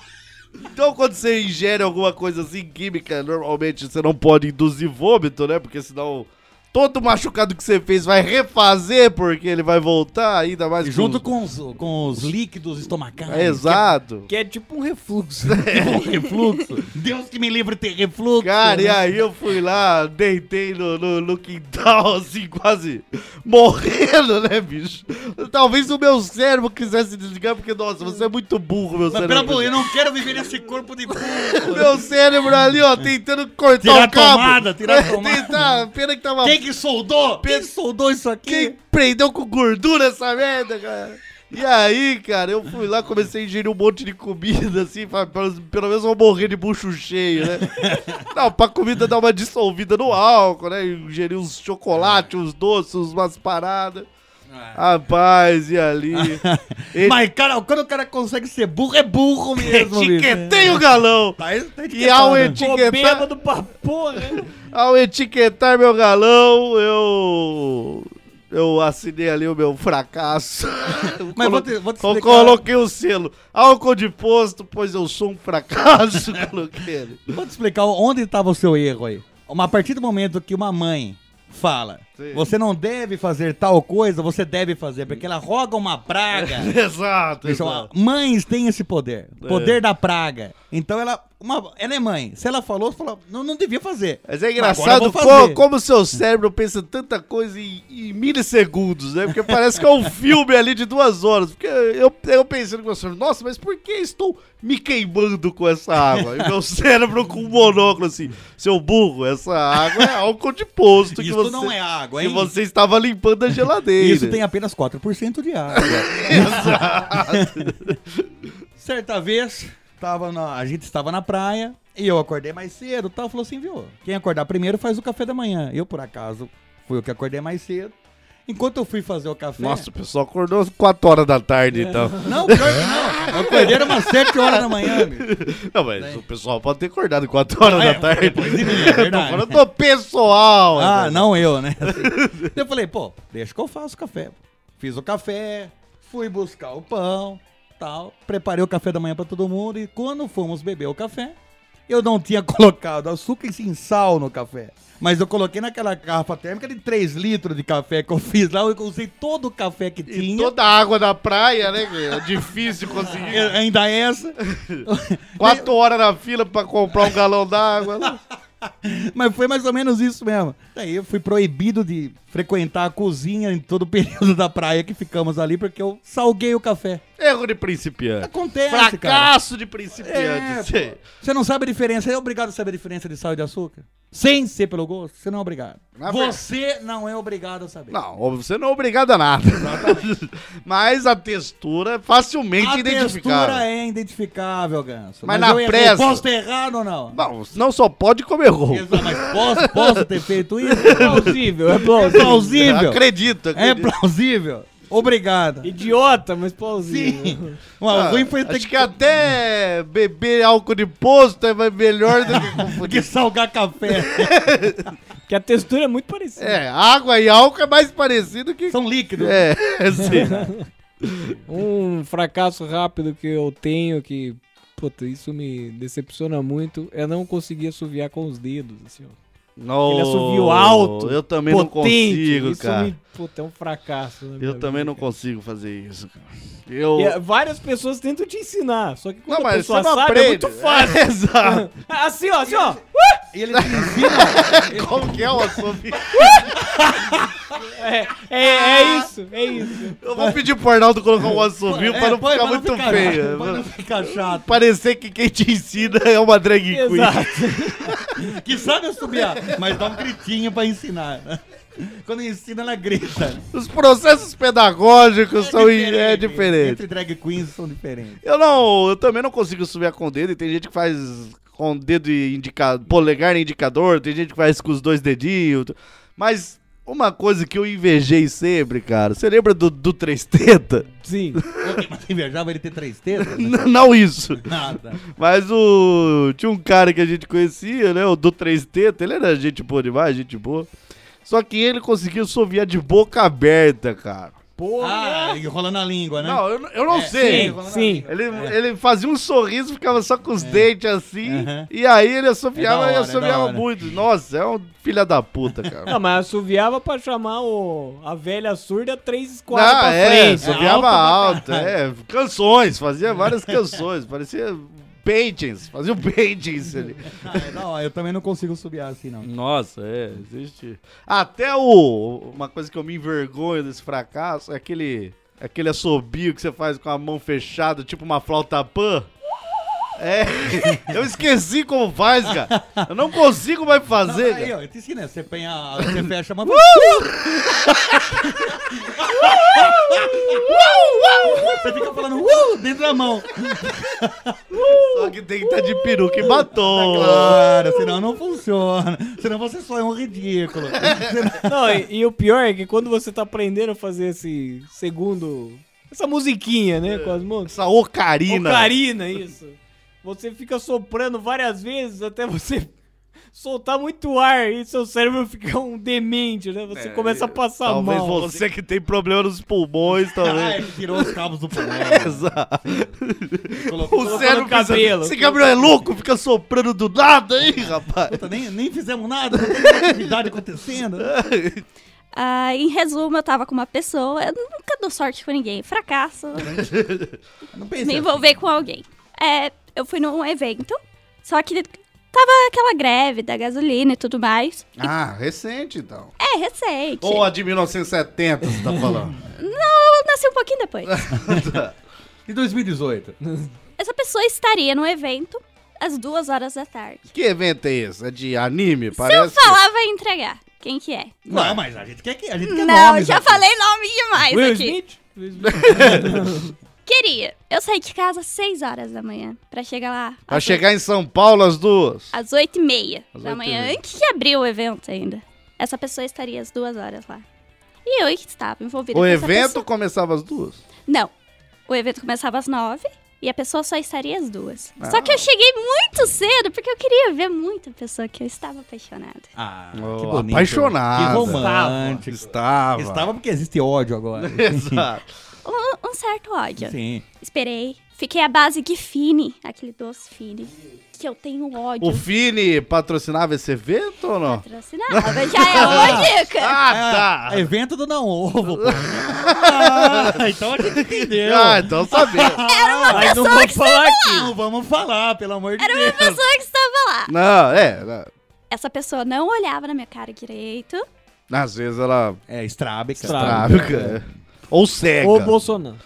S3: Então, quando você ingere alguma coisa assim, química, normalmente você não pode induzir vômito, né? Porque senão todo machucado que você fez vai refazer, porque ele vai voltar ainda mais. com-
S4: Junto com os, com os líquidos estomacais.
S3: É, Exato.
S5: [laughs] Que é tipo um refluxo.
S4: Com refluxo. Deus que me livre de ter refluxo.
S3: Cara, e aí eu fui lá, deitei no, no, no quintal, assim, quase morrendo, né, bicho? Talvez o meu cérebro quisesse desligar, porque, nossa, você é muito burro, meu
S4: Mas
S3: cérebro.
S4: pelo amor, eu não quero viver nesse corpo de burro.
S3: Meu cérebro ali, ó, tentando cortar
S4: Tirar
S3: o cabo.
S4: tomada, tirar
S3: É,
S4: tomada.
S3: Tentar, pena que tava...
S4: Quem que soldou? Quem que soldou isso aqui?
S3: Quem prendeu com gordura essa merda, cara? E aí, cara, eu fui lá, comecei a ingerir um monte de comida, assim, pra- pelo, pelo menos eu vou morrer de bucho cheio,
S4: [laughs]
S3: né? Não, pra comida dar uma dissolvida no álcool, né? Ingerir uns chocolates, uns doces, umas paradas. Rapaz, e
S4: [laughs]
S3: ali?
S4: É. Mas, cara, quando o cara consegue ser burro, é burro mesmo. bicho.
S3: Etiquetei o galão!
S4: Tá, tá
S3: E ao
S4: etiquetado.
S5: Pô,
S3: etiquetar...
S5: bêbado pra porra.
S3: Ao etiquetar meu galão, eu. Eu assinei ali o meu fracasso.
S4: [laughs] Mas vou te- vou te explicar.
S3: Coloquei o selo. Álcool de posto, pois eu sou um fracasso. [laughs] coloquei ele.
S4: Vou te explicar onde estava o seu erro aí. Uma- A partir do momento que uma mãe fala,
S3: Sim.
S4: você não deve fazer tal coisa, você deve fazer, porque ela roga uma praga.
S3: [laughs] Exato, É.
S4: Bicho,
S3: exato.
S4: mães têm esse poder, o poder da praga. Então ela, uma- ela é mãe. Se ela falou, você falou, não, não devia fazer.
S3: Mas é
S4: Agora eu
S3: engraçado
S4: vou
S3: co-
S4: fazer.
S3: como o seu cérebro pensa tanta coisa em, em milissegundos, né? Porque parece que é
S4: [laughs]
S3: um filme ali de duas horas. Porque eu, eu pensando com o senhor, nossa, mas por que estou me queimando com essa água? E meu cérebro com um monóculo assim, seu burro, essa água é álcool de posto. que
S4: Isso
S3: você,
S4: não é água,
S3: Que
S4: hein?
S3: você estava limpando a geladeira.
S4: Isso tem apenas 4%
S3: [laughs]
S4: de água. Certa vez, tava na- a gente estava na praia e eu acordei mais cedo e tal. Falou assim, viu? Quem acordar primeiro faz o café da manhã. Eu, por acaso, fui o que acordei mais cedo. Enquanto eu fui fazer o café.
S3: Nossa, o pessoal acordou às 4 horas da tarde, então.
S4: Não, pior que não. Eu acordei era umas 7 horas da manhã, amigo.
S3: [laughs] Não, mas o pessoal pode ter acordado 4 horas da tarde. Depois
S4: de mim,
S3: [laughs]
S4: Né? é verdade.
S3: Eu tô falando do pessoal.
S4: Ah,
S3: né?
S4: não eu, [laughs] né? eu falei, pô, deixa que eu faço o café. Fiz o café, fui buscar o pão, tal. Preparei o café da manhã pra todo mundo e quando fomos beber o café, eu não tinha [laughs] colocado açúcar e sim sal no café. Mas eu coloquei naquela garrafa térmica de 3 litros de café que eu fiz lá, eu usei todo o café que
S3: E
S4: tinha.
S3: toda a água da praia, né? que É difícil conseguir.
S4: É, Ainda [laughs] essa.
S3: Quatro horas na fila pra comprar um galão d'água. né?
S4: [laughs] Mas foi mais ou menos isso mesmo. Daí eu fui proibido de frequentar a cozinha em todo o [laughs] período da praia que ficamos ali, porque eu salguei o café.
S3: Erro de principiante.
S4: Acontece, É, cara.
S3: Fracasso de
S4: É,
S3: principiante.
S4: pô. você não sabe a diferença. É obrigado a saber a diferença de sal e de açúcar? Sem ser pelo gosto? Você não é obrigado.
S3: Na verdade-
S4: você não é obrigado a saber.
S3: Não, você não é obrigado a nada. [laughs] Mas a textura é facilmente
S4: a
S3: identificável.
S4: textura é identificável, Ganso.
S3: Mas na
S4: eu errei.
S3: pressa-
S4: Posso ter errado ou não?
S3: Não, não só pode comer roupa.
S4: Exato, Mas posso, posso ter feito isso? [laughs]
S5: Plausível, é
S4: É
S5: plausível.
S4: plausível.
S3: Acredito,
S4: É
S3: acredito.
S4: plausível. Obrigado.
S5: Idiota, mas plausível.
S4: Sim. [laughs] Uma ruim foi ter
S3: Ah, Acho
S4: que,
S3: que até beber álcool de posto é melhor do que
S4: que
S3: confundir. [laughs]
S4: salgar café.
S5: Que a textura é muito parecida.
S3: É, água e álcool é mais parecido que.
S4: São líquidos.
S3: É, sim.
S5: Um fracasso rápido que eu tenho que. Puta, isso me decepciona muito. É não conseguir assoviar com os dedos, assim, ó.
S3: Não,
S5: Aquele assobio alto,
S3: Eu também não consigo,
S5: isso
S3: cara.
S5: me- puta, é um fracasso. na minha
S3: Eu também
S5: vida,
S3: não
S5: cara.
S3: consigo fazer isso, cara. Eu. [laughs]
S5: E, é, várias pessoas tentam te ensinar, só que quando
S3: Não,
S5: a
S3: mas
S5: pessoa
S3: você não
S5: sabe é
S3: aprende.
S5: muito fácil.
S3: [laughs] É, exato.
S5: [laughs] assim, ó, assim, ó.
S3: [laughs]
S4: E ele te ensina.
S3: Como que é o assobio?
S5: É, é,
S3: Ah.
S5: é isso, é
S3: [laughs]
S5: isso.
S3: Eu vou pedir pro Arnaldo colocar um assobio pra não
S4: É, põe,
S3: ficar
S4: pra
S3: muito
S4: ficar- [laughs]
S3: feio. né?
S4: Pra não ficar
S3: [laughs]
S4: chato.
S3: Parecer que quem te ensina é uma drag queen.
S4: Exato. que sabe assobiar, mas dá um gritinho pra ensinar. [laughs] Quando ensina, ela grita.
S3: Os processos pedagógicos são é diferente.
S4: Entre drag queens são diferentes.
S3: Eu não, eu também não consigo subir com o dedo. E tem gente que faz com o dedo e indicador, polegar e indicador. Tem gente que faz com os dois dedinhos. Mas uma coisa que eu invejei sempre, cara. Você lembra do, do três teta? [laughs]
S5: Sim.
S4: Mas invejava ele ter três tetas? né?
S3: N- Não isso.
S4: Nada.
S3: Mas o. Tinha um cara que a gente conhecia, né? O do 3 Teta, ele era gente boa demais, gente boa. Só que ele conseguiu soviar de boca aberta, cara.
S4: Ah, enrolando a língua, né?
S3: é. Não, eu, eu não sei.
S5: Sim, sim.
S3: Ele,
S4: É.
S3: ele fazia um sorriso, ficava só com os dentes assim,
S4: Aham.
S3: e aí ele assoviava
S4: É da
S3: e
S4: hora, é da
S3: assoviava
S4: hora.
S3: muito. Nossa, é um filha da puta, cara.
S5: Não, mas assoviava pra chamar o, a velha surda três
S3: Não,
S5: quadras pra
S3: é,
S5: frente. né?
S3: assoviava alta, é. Canções, fazia várias canções, parecia paintings, fazia um paintings ali.
S4: Ah, não, eu também não consigo subir assim, não.
S3: Nossa, é, existe. Até o. Uma coisa que eu me envergonho desse fracasso é aquele. Aquele assobio que você faz com a mão fechada, tipo uma flauta pan. É. [laughs] Eu esqueci como faz, cara. Eu não consigo mais fazer,
S4: Aí,
S3: cara.
S4: ó, eu te ensino, né? você, põe a- você fecha
S3: Uh,
S4: uma... Você fica falando uh, dentro da mão.
S3: Só que tem que estar de peruca e batom.
S4: Tá Claro, senão não funciona. Senão você só é um ridículo. Senão-
S5: Não, e, e o pior é que quando você tá aprendendo a fazer esse segundo. Essa musiquinha, né? Com as mãos.
S3: Essa ocarina.
S5: Ocarina, isso. Você fica soprando várias vezes até você [laughs] soltar muito ar e seu cérebro fica um demente, né? Você começa a passar
S3: É, Talvez
S5: mal.
S3: você que tem problema nos pulmões,
S4: Ah,
S3: talvez.
S4: ele tirou os cabos do pulmão.
S3: [laughs] Exato.
S4: Colocou...
S3: O cérebro pensa,
S5: cabelo.
S3: Esse Gabriel é louco, fica soprando do nada aí, rapaz.
S4: Puta, nem, nem fizemos nada, não tem atividade acontecendo.
S6: Ah, em resumo, eu tava com uma pessoa. Eu nunca dou sorte com ninguém. Fracasso.
S4: Não pensa.
S6: me envolver com alguém. É, eu fui num evento, só que tava aquela greve da gasolina e tudo mais.
S3: Ah, recente então.
S6: É, recente.
S3: Ou a de 1970, você tá falando?
S6: [laughs] Não, eu nasci um pouquinho
S3: [laughs]
S6: depois.
S4: Em 2018.
S6: Essa pessoa estaria no evento às duas horas da tarde.
S3: que evento é esse? É de anime?
S6: Se eu
S3: Parece.
S6: falar, vai entregar. Quem que é?
S4: Não, mas a gente quer que a gente quer
S6: Não,
S4: nomes
S6: já
S4: aqui.
S6: falei nome demais
S5: Will
S6: aqui.
S5: Smith? Will Smith.
S6: Queria. Eu saí de casa às seis horas da manhã pra chegar lá.
S3: Pra
S6: às
S3: chegar em São Paulo às duas.
S6: Às oito e meia
S3: Às
S6: da
S3: oito e
S6: manhã,
S3: meia.
S6: antes de abrir o evento ainda. Essa pessoa estaria às duas horas lá. E eu que estava envolvida
S3: O
S6: com essa
S3: evento
S6: pessoa.
S3: começava às duas?
S6: Não. O evento começava às nove e a pessoa só estaria às duas. Só que eu cheguei muito cedo porque eu queria ver muito a pessoa que eu estava apaixonada.
S4: Ah,
S3: Oh,
S4: que bonito.
S3: apaixonada.
S4: Que romântico.
S3: Estava.
S4: Estava porque existe ódio agora.
S3: [laughs] Exato.
S6: Um, um certo ódio.
S4: Sim.
S6: Esperei. Fiquei à base de Fini, aquele doce Fini, que eu tenho ódio.
S3: O Fini patrocinava esse evento ou não?
S6: Patrocinava, já é uma dica.
S3: Ah, tá.
S4: É Evento do Não
S3: [laughs]
S4: Ovo, pô. Ah, então a gente entendeu.
S3: Ah, então sabia.
S6: Era uma
S4: Mas não
S6: pessoa
S4: vamos
S6: que
S5: tá
S4: falar
S6: estava
S4: aqui.
S6: lá.
S4: Não vamos falar, pelo amor de
S6: Era uma
S4: Deus.
S6: pessoa que estava lá.
S3: Não, é. não.
S6: Essa pessoa não olhava na minha cara direito.
S3: Às vezes ela
S4: É, estrábica.
S5: Estrábica.
S3: tráfica.
S4: é.
S3: Ou cega.
S5: Ou
S3: [laughs]
S5: Bolsonaro.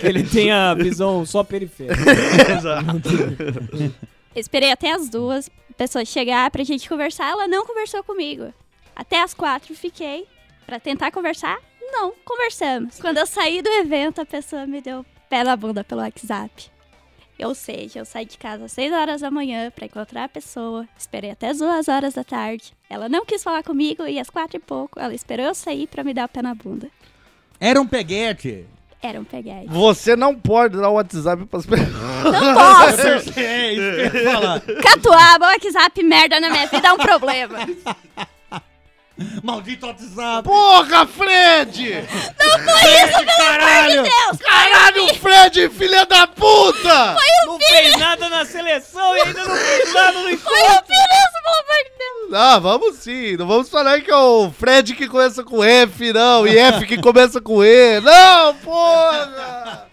S5: Que Ele tem a visão só periférica.
S6: Eu esperei até as duas pessoas chegar pra gente conversar. Ela não conversou comigo. Até as quatro fiquei pra tentar conversar. Não, conversamos. Quando eu saí do evento, a pessoa me deu pé na bunda pelo WhatsApp. Ou seja, eu saí de casa às 6 horas da manhã pra encontrar a pessoa. Esperei até as 2 horas da tarde. Ela não quis falar comigo e às quatro e pouco ela esperou eu sair pra me dar o pé na bunda.
S4: Era um peguete.
S6: Era um peguete.
S3: [laughs] [laughs] Você não pode dar o WhatsApp pras pessoas.
S6: Não posso!
S4: É, isso que eu ia falar.
S6: Catuaba, WhatsApp, merda na minha vida é um problema.
S4: Maldito WhatsApp.
S3: Porra, Fred!
S4: Caralho!
S6: Deus!
S3: Caralho, Fred, filha da puta!
S5: Não fez nada na seleção e ainda não fez nada no
S6: Foi o Piruço, pelo amor de Deus!
S3: Ah, vamos sim. Não vamos falar que é o Fred que começa com F, não. E F que começa com E. Não, porra!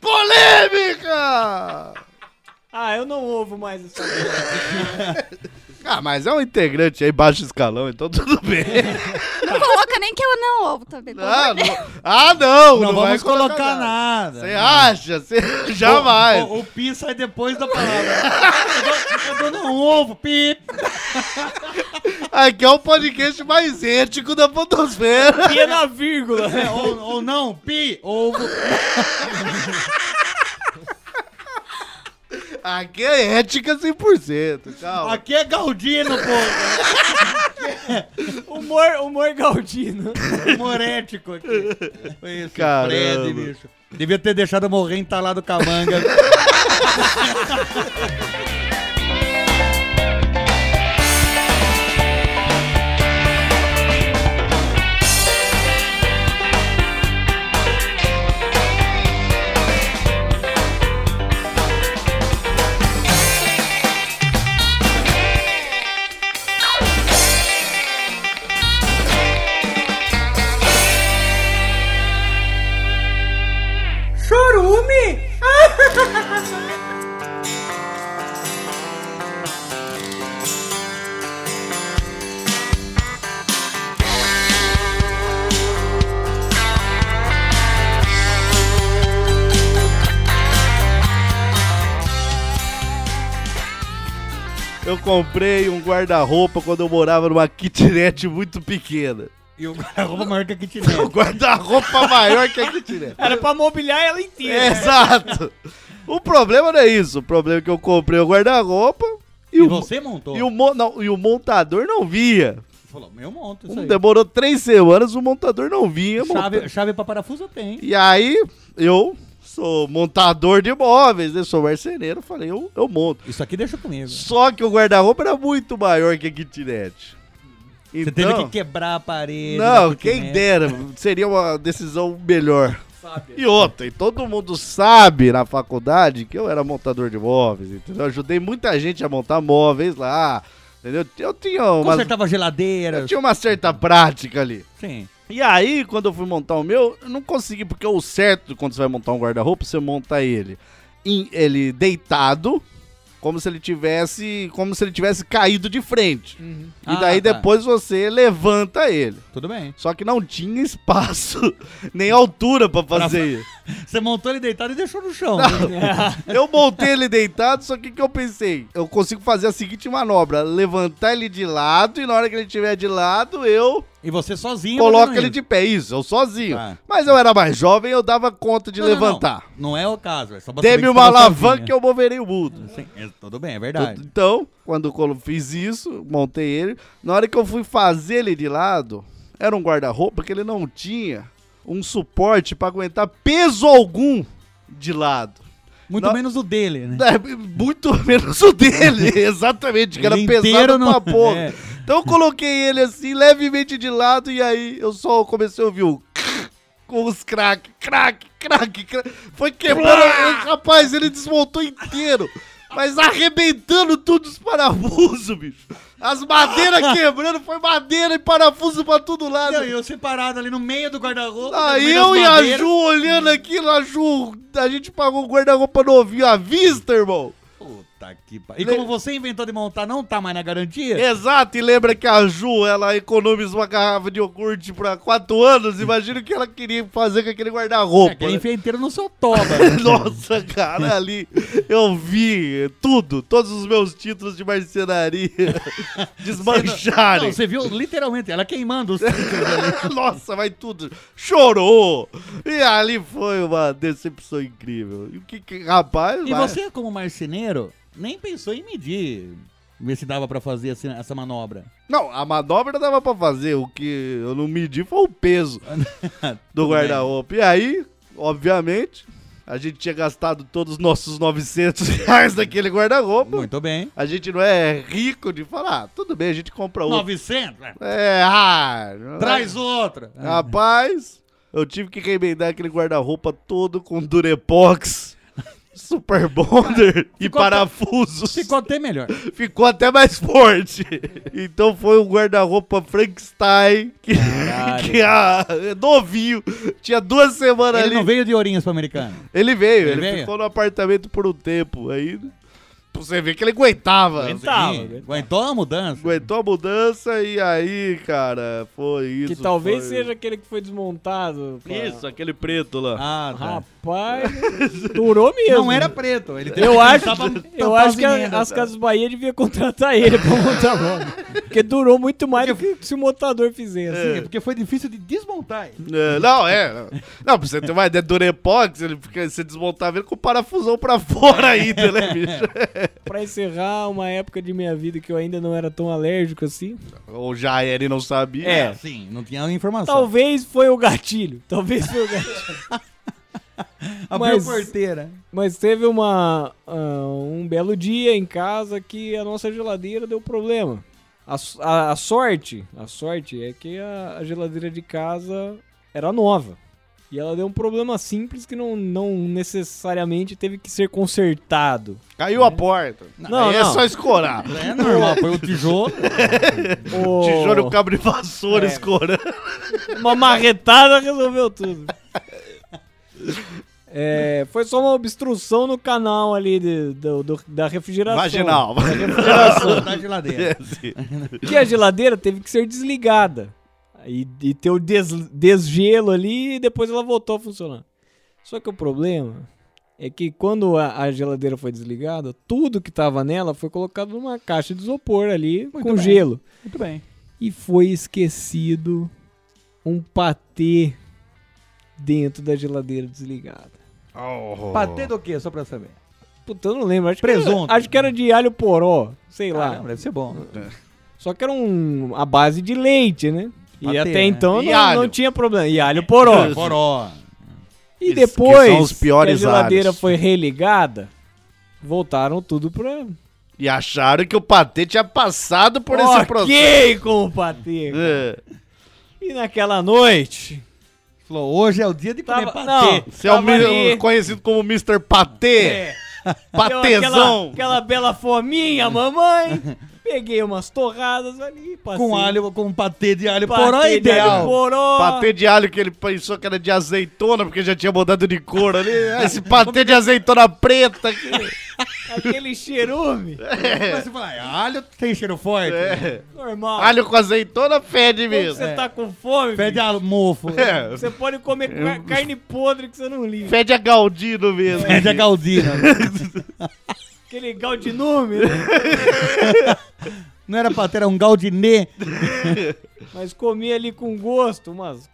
S3: Polêmica!
S5: Ah, eu não ouvo mais essa
S3: Ah, mas é um integrante aí, baixo escalão, então tudo bem.
S6: Não coloca nem que ela não ouve tá também. pelo
S3: Ah,
S6: amor de Deus.
S3: não, ah, não,
S4: Não,
S3: vai
S4: vamos colocar, nada.
S3: Você acha? Você jamais.
S4: O, o, o pi sai depois da palavra. eu, tô, eu tô no ovo, pi.
S3: Aqui é o podcast mais ético da Podosfera.
S5: E é na vírgula.
S4: É, ou, ou não, pi, ovo.
S3: Aqui é ética 100%. Calma.
S4: Aqui é Galdino, pô.
S5: Humor, humor Galdino.
S4: Morético aqui. Foi isso,
S3: Caramba.
S4: Fred, bicho. Devia ter deixado eu morrer entalado com a manga.
S8: Chorume?
S3: Eu comprei um guarda-roupa quando eu morava numa kitnet muito pequena.
S4: e o guarda-roupa maior que a
S3: Um
S4: kitnet.
S3: guarda-roupa maior que a kitnet.
S5: Era pra mobiliar ela inteira.
S3: É, [laughs] Exato. O problema não é isso. O problema é que eu comprei o guarda-roupa e,
S4: E
S3: o,
S4: você montou.
S3: e, o mon- não, e o montador não vinha.
S4: Falou, meu monto isso
S3: Um
S4: aí.
S3: demorou três semanas, o montador não vinha. monta-
S4: Chave, chave pra parafuso eu tenho.
S3: E aí, eu sou montador de imóveis, né? Sou marceneiro, falei, eu, eu monto.
S4: Isso aqui deixa comigo.
S3: Só que o guarda-roupa era muito maior que a kitnet. Então,
S4: Você teve que quebrar a parede.
S3: Não,
S4: da
S3: quem
S4: kitnet.
S3: dera, seria uma decisão melhor.
S5: Sabe?
S3: E outra, e todo mundo sabe na faculdade que eu era montador de móveis, entendeu? Eu ajudei muita gente a montar móveis lá, entendeu? Eu tinha uma,
S4: Consertava
S3: eu
S4: geladeira.
S3: tinha uma certa prática ali.
S4: Sim.
S3: E aí, quando eu fui montar o meu, eu não consegui, porque o certo quando você vai montar um guarda-roupa, você monta ele em- ele deitado, como se ele tivesse, como se ele tivesse caído de frente. E
S4: Ah,
S3: daí
S4: tá.
S3: depois você levanta ele.
S4: Tudo bem.
S3: Só que não tinha espaço, [laughs] nem altura pra fazer isso.
S4: Você montou ele deitado e deixou no chão.
S3: Eu montei ele deitado, só que o que eu pensei? Eu consigo fazer a seguinte manobra: levantar ele de lado e na hora que ele estiver de lado, eu
S4: [laughs] E você sozinho.
S3: coloco
S4: fazendo
S3: ele
S4: isso.
S3: de pé. Isso, eu sozinho.
S4: Tá.
S3: Mas eu era mais jovem, eu dava conta de
S4: Não, não,
S3: levantar.
S4: Não, Não é o caso. É só você ver
S3: Dê-me
S4: que
S3: uma
S4: tava
S3: alavanca e
S4: sozinho.
S3: eu moverei o mundo.
S4: Sim, é, tudo bem, é verdade.
S3: Então, quando eu fiz isso, montei ele. Na hora que eu fui fazer ele de lado, era um guarda-roupa que ele não tinha um suporte pra aguentar peso algum de lado.
S4: Muito
S3: Não-
S4: menos o dele, né?
S3: É, muito [laughs] menos o
S4: [laughs]
S3: dele, exatamente, que era
S4: Ele
S3: pesado pra
S4: inteiro não-
S3: porra.
S4: é.
S3: Então eu coloquei ele assim, levemente de lado, e aí eu só comecei a ouvir o [laughs] com os crack, crack, crack, crack. Foi
S4: Ah!
S3: quebrando, rapaz, ele desmontou inteiro. Mas arrebentando todos os parafusos, bicho. As
S4: [laughs]
S3: madeiras quebrando, foi madeira e parafuso pra todo lado.
S4: Não, e eu separado ali no meio do guarda-roupa. no
S3: Aí
S4: meio
S3: eu
S4: das
S3: e a
S4: madeiras.
S3: Ju olhando aquilo, a Ju, a gente pagou o guarda-roupa novinho à vista, irmão.
S4: Puta que pariu. E como você inventou de montar, não tá mais na garantia?
S3: Exato, e lembra que a Ju, ela economiza uma garrafa de iogurte pra 4 anos, imagina o que ela queria fazer com aquele
S4: É, que
S3: guarda-roupa.
S4: ele
S3: né? [laughs]
S4: enfia inteiro no seu toba.
S3: Nossa, cara, ali eu vi tudo, todos os meus títulos de
S4: [laughs]
S3: marcenaria
S4: Não,
S3: desmancharem.
S4: você viu literalmente ela queimando os títulos
S3: [laughs]
S4: ali.
S3: Nossa, vai tudo. Chorou! E ali foi uma decepção incrível. E o que, que rapaz,
S4: E
S3: vai-
S4: você, como marceneiro, nem pensou em medir. Ver se dava pra fazer assim, essa manobra.
S3: Não, a manobra dava pra fazer. O que eu não medi foi o
S4: [laughs]
S3: peso do
S4: Tudo
S3: guarda-roupa. E aí, obviamente, a gente tinha gastado todos os nossos 900 reais [laughs] naquele
S4: bem.
S3: guarda-roupa.
S4: Muito bem.
S3: A gente não é rico de falar, ah, tudo bem, a gente compra outro.
S4: 900? né?
S3: É, ah, não é-
S4: Traz outra.
S3: Rapaz, eu tive que remendar aquele guarda-roupa todo com
S4: [laughs]
S3: Durepox, Super Bonder e
S4: ficou
S3: parafusos.
S4: Ficou até melhor.
S3: Ficou até mais forte. Então foi um guarda-roupa Frankenstein que,
S4: Caralho.
S3: que a, novinho. Tinha duas semanas
S4: Ele
S3: ali.
S4: não veio de Ourinhos pro americano.
S3: Ele veio, ele,
S4: Ele veio?
S3: ficou no apartamento por um tempo. Aí pra você ver que ele aguentava.
S5: Aguentava,
S4: Sim. tá.
S5: aguentava.
S4: Aguentou a mudança?
S3: Aguentou a mudança e aí, cara, foi
S5: Que
S3: isso.
S5: talvez
S3: foi-
S5: seja aquele que foi desmontado. pá.
S3: Isso, aquele preto lá.
S4: Ah, tá.
S5: Rapaz, durou mesmo.
S4: Não era preto. Ele teve
S5: Eu
S4: que
S5: acho,
S4: tampar-
S5: eu
S4: tampar
S5: acho que a-
S4: emendas,
S5: as
S4: tá?
S5: Casas Bahia devia contratar ele pra montar logo. Porque durou muito mais do que se o montador
S4: É
S5: fizesse. né?
S4: Porque foi difícil de desmontar ele.
S3: É, não, é. Não, pra você ter uma ideia, Durepox, ele fica, você desmontava ele com o parafusão pra fora
S5: [laughs]
S3: ainda, né, bicho?
S5: Pra encerrar uma época de minha vida que eu ainda não era tão alérgico assim.
S3: Ou já era e não sabia.
S5: É.
S4: Sim, não tinha informação.
S5: Talvez foi o gatilho. Talvez foi o gatilho.
S4: Abriu
S5: mas-
S4: a [laughs] porteira.
S5: Mas teve uma ah, um belo dia em casa que a nossa geladeira deu problema. A, s- a- a sorte, a sorte é que a, a geladeira de casa era nova. E ela deu um problema simples que não, não necessariamente teve que ser
S3: [laughs]
S5: consertado.
S3: Caiu a porta.
S5: Não,
S3: aí é
S5: não.
S3: só escorar.
S4: É normal, foi o [laughs] tijolo.
S5: O-
S3: Tijolo, cabo e
S5: É.
S3: vassoura escorando.
S5: Uma marretada
S3: [laughs]
S5: resolveu tudo. É, foi só uma obstrução no canal ali de- do- do- da refrigeração.
S3: Vaginal.
S4: da geladeira.
S3: assim.
S5: que a geladeira teve que ser desligada. E, e ter o des- desgelo ali e depois ela voltou a funcionar. Só que o problema é que quando a, a geladeira foi desligada, tudo que tava nela foi colocado numa caixa de isopor ali com
S4: bem.
S5: gelo.
S4: Muito bem.
S5: E foi esquecido um patê dentro da geladeira desligada.
S4: Patê do quê, só pra saber?
S5: Puta, eu não lembro. Acho Que
S4: Presunto.
S5: era, acho que era de alho poró. Sei lá.
S4: Caramba, deve ser bom.
S5: Só que era um, a base de leite, né? E
S4: Patê,
S5: até
S4: né?
S5: então
S3: E
S5: não,
S3: alho.
S5: não tinha problema. E alho poró.
S4: Poró.
S5: E
S3: Isso, que
S5: depois
S3: são os piores
S5: que a geladeira
S3: alhos.
S5: foi religada, voltaram tudo pra...
S3: E acharam que o patê tinha passado por esse processo.
S5: Ok com o patê.
S3: É.
S5: E naquela noite...
S4: Falou, hoje é o dia de comer
S5: Tava,
S4: patê.
S5: não,
S3: Você é o
S5: tava
S3: mi-
S5: ali,
S3: o conhecido como Mr. Patê.
S5: é, deu Aquela,
S3: Patezão.
S5: aquela bela fominha, mamãe. Peguei umas torradas ali, passei...
S4: Com alho, com patê de alho
S5: assim, patê
S4: poró é
S5: de alho
S4: ideal.
S5: poró.
S3: Patê de alho que ele pensou que era de azeitona, porque já tinha mudado de cor ali. Ah, Esse patê de azeitona preta.
S5: [laughs]
S3: aqui. [laughs]
S5: Aquele cheirume.
S4: [laughs] Mas você fala, "Ah, alho tem cheiro forte.
S3: É.
S5: Normal.
S3: Alho com azeitona fede
S5: Quando
S3: mesmo.
S5: você tá com fome,
S4: Pede a mofo.
S3: É.
S5: [laughs] você pode comer ca- carne podre que você não
S4: [laughs]
S5: liga.
S3: Fede a Galdino mesmo.
S4: Pede a
S3: [laughs]
S4: galdina.
S5: Que legal de né? número.
S4: Não era patê, era um galdinê.
S5: Mas comi ali com gosto umas.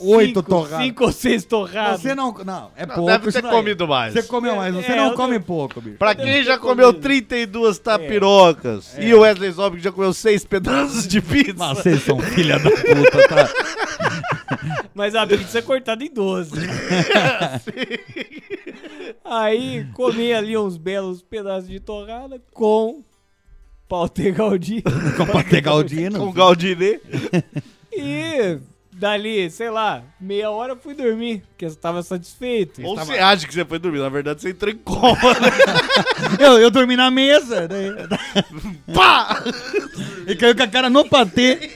S4: Oito
S5: cinco-
S4: torradas.
S5: Cinco ou seis torradas.
S4: Você não... Não, é pouco
S3: Deve
S4: isso
S3: ter
S4: daí.
S3: comido mais.
S4: Você comeu mais, você
S5: É, eu
S4: não
S5: não-
S4: come pouco, bicho.
S3: Pra quem já comeu 32
S4: É.
S3: tapirocas e o Wesley Zobb que já comeu 6 pedaços de pizza.
S4: Mas vocês são filha da puta, tá?
S5: Mas a pizza é cortada
S4: [laughs]
S5: em 12. [laughs] Aí comi ali uns belos pedaços de torrada com pautegaldi.
S4: [laughs] Com patê galdino.
S3: Com Galdinê.
S5: E dali, sei lá, meia hora eu fui dormir, porque eu tava satisfeito.
S3: Ou você acha que você foi dormir. Na verdade, você entrou em coma.
S4: [laughs]
S3: Né?
S4: Eu, eu dormi na mesa. né? Daí...
S3: Pá!
S4: E caiu com a cara no patê.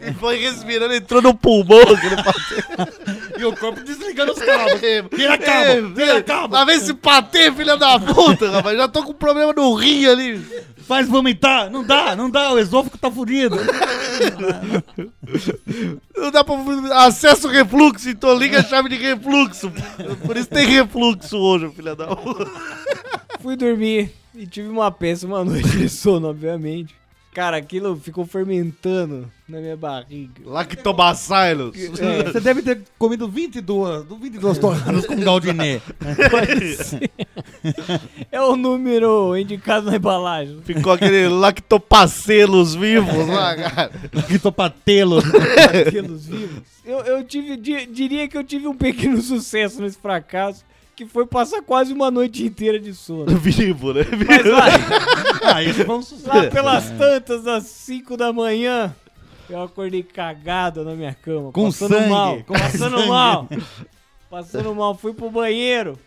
S3: E foi respirando, entrou no pulmão. Aquele patê.
S4: E o corpo desligando os cabos. Vira
S3: É,
S4: cabo, vira cabo.
S3: Lá vem esse patê, filha da puta, rapaz. Já tô com problema no rim ali.
S4: Faz vomitar. Não dá, Ah, não dá. O esôfago tá fudido.
S3: Não dá pra. Acesso refluxo, então liga a chave de refluxo. Por isso tem refluxo hoje, filha da puta.
S5: Fui dormir e tive uma [laughs] péssima noite de sono, obviamente. Cara, aquilo ficou fermentando na minha barriga. É,
S3: Lactobacillus.
S4: Você deve ter comido 22, 22 torradas com Galdinê.
S5: É o número indicado na embalagem.
S3: Ficou aquele lactopacelos vivos lá, cara.
S4: Que tô patelo.
S5: Pelos vivos. Eu, eu tive, di- diria que eu tive um pequeno [laughs] sucesso nesse fracasso, que foi passar quase uma noite inteira de sono.
S3: Vivo, né?
S5: Mas
S3: Vivo.
S5: lá,
S4: Ah, isso foi um sucesso.
S5: lá
S4: [laughs]
S5: pelas tantas, às 5 da manhã, eu acordei cagado na minha cama.
S4: Com
S5: passando
S4: sangue,
S5: mal.
S4: com
S5: passando
S4: sangue.
S5: mal. Passando mal. Fui pro banheiro.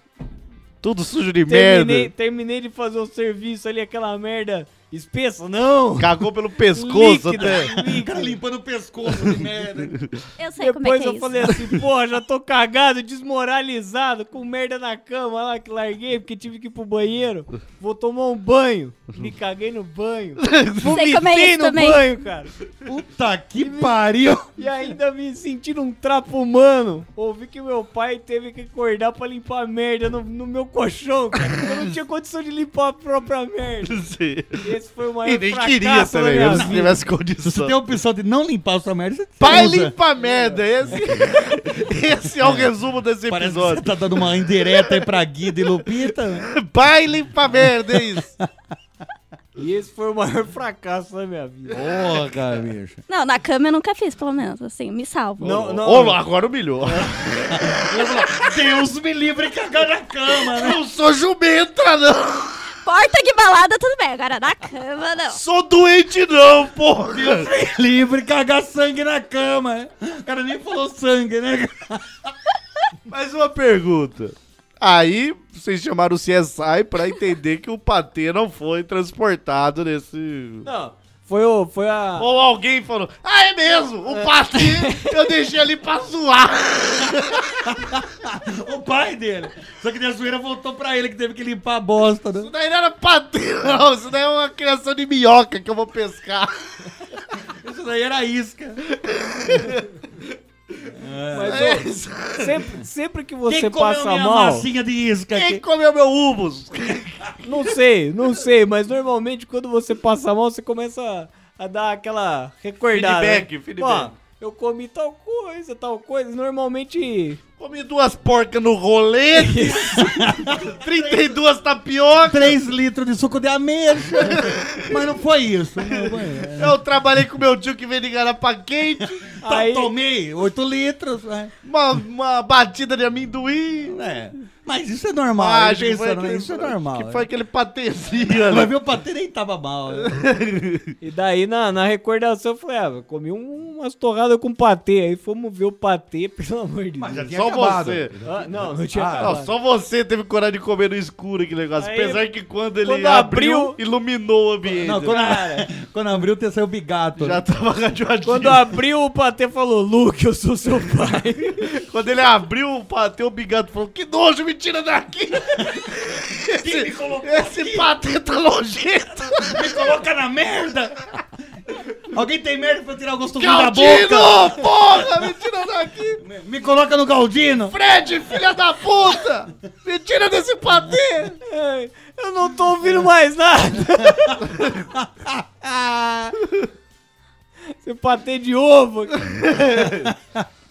S3: Tudo sujo de
S5: Terminei,
S3: merda.
S5: terminei de fazer o serviço ali, aquela merda Espessa, não!
S3: Cagou pelo pescoço
S5: Líquida,
S3: até.
S5: líquida.
S4: limpando o pescoço de merda.
S6: Eu sei como é
S5: Depois
S6: que é
S5: eu
S6: isso.
S5: falei assim, porra, já tô cagado, desmoralizado, com merda na cama lá que larguei, porque tive que ir pro banheiro. Vou tomar um banho. Me caguei no banho.
S6: Sei como é
S5: Vomitei
S6: isso
S5: no
S6: também.
S5: banho, cara.
S4: Puta que pariu.
S5: E ainda me sentindo um trapo humano. Ouvi que meu pai teve que acordar pra limpar a merda no, no meu colchão, cara. porque Eu não tinha condição de limpar a própria merda. Esse foi o maior
S3: E nem
S5: fracasso
S3: queria
S5: da
S3: também,
S5: minha
S3: eu se
S5: vida.
S3: tivesse
S4: Você tem a
S3: condição.
S4: opção de não limpar a sua merda, você
S3: Pai
S4: usa.
S3: limpa merda,
S4: [laughs]
S3: esse, esse é o resumo desse
S4: Parece que você
S3: episódio.
S4: tá dando uma indireta aí pra Guida e Lupita.
S3: Pai limpa merda, é isso.
S5: E esse foi o maior fracasso da minha vida.
S4: Porra, bicho.
S6: Não, na cama eu nunca fiz, pelo menos, assim, me salvo.
S5: Não, não.
S3: Ô, agora humilhou.
S4: É. Deus me livre de cagar na cama, né?
S3: Não sou jumenta, não.
S6: Porta de balada, tudo bem. Agora na cama, não.
S3: Sou doente, não, porra.
S4: Livre cagar sangue na cama. né? O cara nem falou sangue, né?
S3: Mais uma pergunta. Aí vocês chamaram o CSI pra entender que o patê não foi transportado nesse.
S5: Não, foi, o, foi a.
S3: Ou alguém falou: Ah, é mesmo! O patê
S4: É.
S3: eu deixei ali pra zoar.
S4: O pai dele. Só que daí a zoeira voltou pra ele que teve que limpar a bosta, né?
S3: Isso daí não era patê, não. Isso daí é uma criação de minhoca que eu vou pescar.
S4: Isso daí era isca.
S5: Mas,
S3: É
S5: ô,
S3: isso.
S5: sempre, sempre que
S4: Quem
S5: você
S4: comeu
S5: passa
S4: minha
S5: mal.
S4: massinha de isca
S3: Quem
S4: aqui?
S3: comeu meu humus?
S5: Não sei, não sei, mas normalmente quando você passa mal, você começa a, a dar aquela recordada.
S3: Feedback,
S5: né?
S3: feedback.
S5: Ó, eu comi tal coisa, tal coisa. Normalmente.
S3: Comi duas porcas no rolete.
S4: [laughs]
S3: 32 tapioca.
S4: 3 litros de suco de ameixa. Mas não foi isso. Não foi.
S3: Eu trabalhei com meu tio que vende garapa quente.
S5: Aí,
S4: Tomei 8 litros, né?
S3: Uma, uma batida de amendoim.
S4: É. Mas isso é normal.
S3: Ah,
S4: ele
S3: acho que
S4: pensando,
S3: foi
S4: né?
S3: aquele-
S4: isso é normal.
S3: Que foi
S4: né?
S3: aquele patezinho.
S4: Mas
S3: né?
S4: meu patê nem
S3: [laughs]
S4: tava mal. né?
S5: e daí na, na recordação eu falei, ah, eu comi um- umas torradas com patê. Aí fomos ver o patê, [laughs] pelo amor de Deus.
S3: Só
S4: acabado.
S3: você.
S5: Ah, não, não tinha
S3: Não,
S5: acabado.
S3: só você teve coragem de comer no escuro aquele negócio.
S5: Aí,
S3: Apesar que quando ele
S5: quando
S3: abriu,
S5: abriu-
S3: iluminou o ambiente.
S4: Não, quando, quando abriu, te saiu bigato.
S3: Já tava radioativo.
S5: Quando abriu, o patê falou, Luke, eu sou seu pai. [laughs]
S3: Quando ele abriu o patê, o bigato falou: Que nojo, me tira
S4: [laughs]
S3: daqui! esse esse patê tá nojento!
S4: Me coloca na merda! Alguém tem merda pra tirar o gosto ruim da boca?
S3: Galdino! Porra, me tira daqui!
S4: Me- Me coloca no Galdino!
S3: Fred, filha da puta! Me tira desse patê!
S5: Ai, Eu não tô ouvindo mais nada. [laughs] Você patê de ovo. aqui.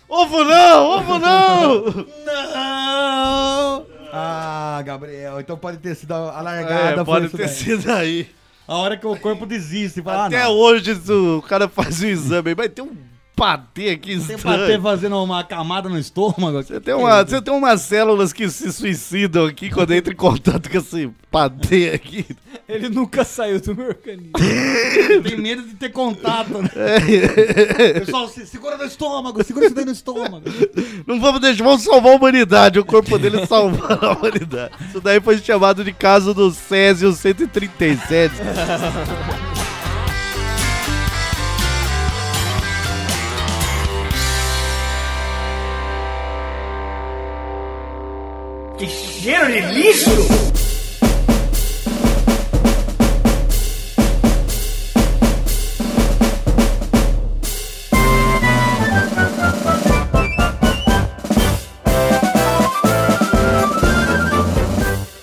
S3: Ovo não, ovo não!
S4: Não! Ah, Gabriel, então pode ter sido a largada.
S3: É,
S4: foi
S3: pode
S4: isso
S3: ter
S4: daí.
S3: sido aí.
S4: A hora que o corpo desiste. Fala,
S3: Até
S4: ah, não.
S3: hoje isso, o cara faz o exame, aí, mas tem um patê aqui
S4: Tem um
S3: estranho.
S4: patê fazendo uma camada no estômago. aqui.
S3: Você tem, uma, você tem umas células que se suicidam aqui quando entra em contato com esse patê aqui. [laughs]
S5: Ele nunca saiu do meu organismo.
S4: Tem medo de ter contato, né?
S3: [laughs]
S4: Pessoal, se- segura no estômago, segura isso daí no estômago.
S3: Não vamos deixar, vamos salvar a humanidade. O corpo dele salvando a humanidade. Isso daí foi chamado de caso do Césio 137.
S7: Que cheiro de lixo!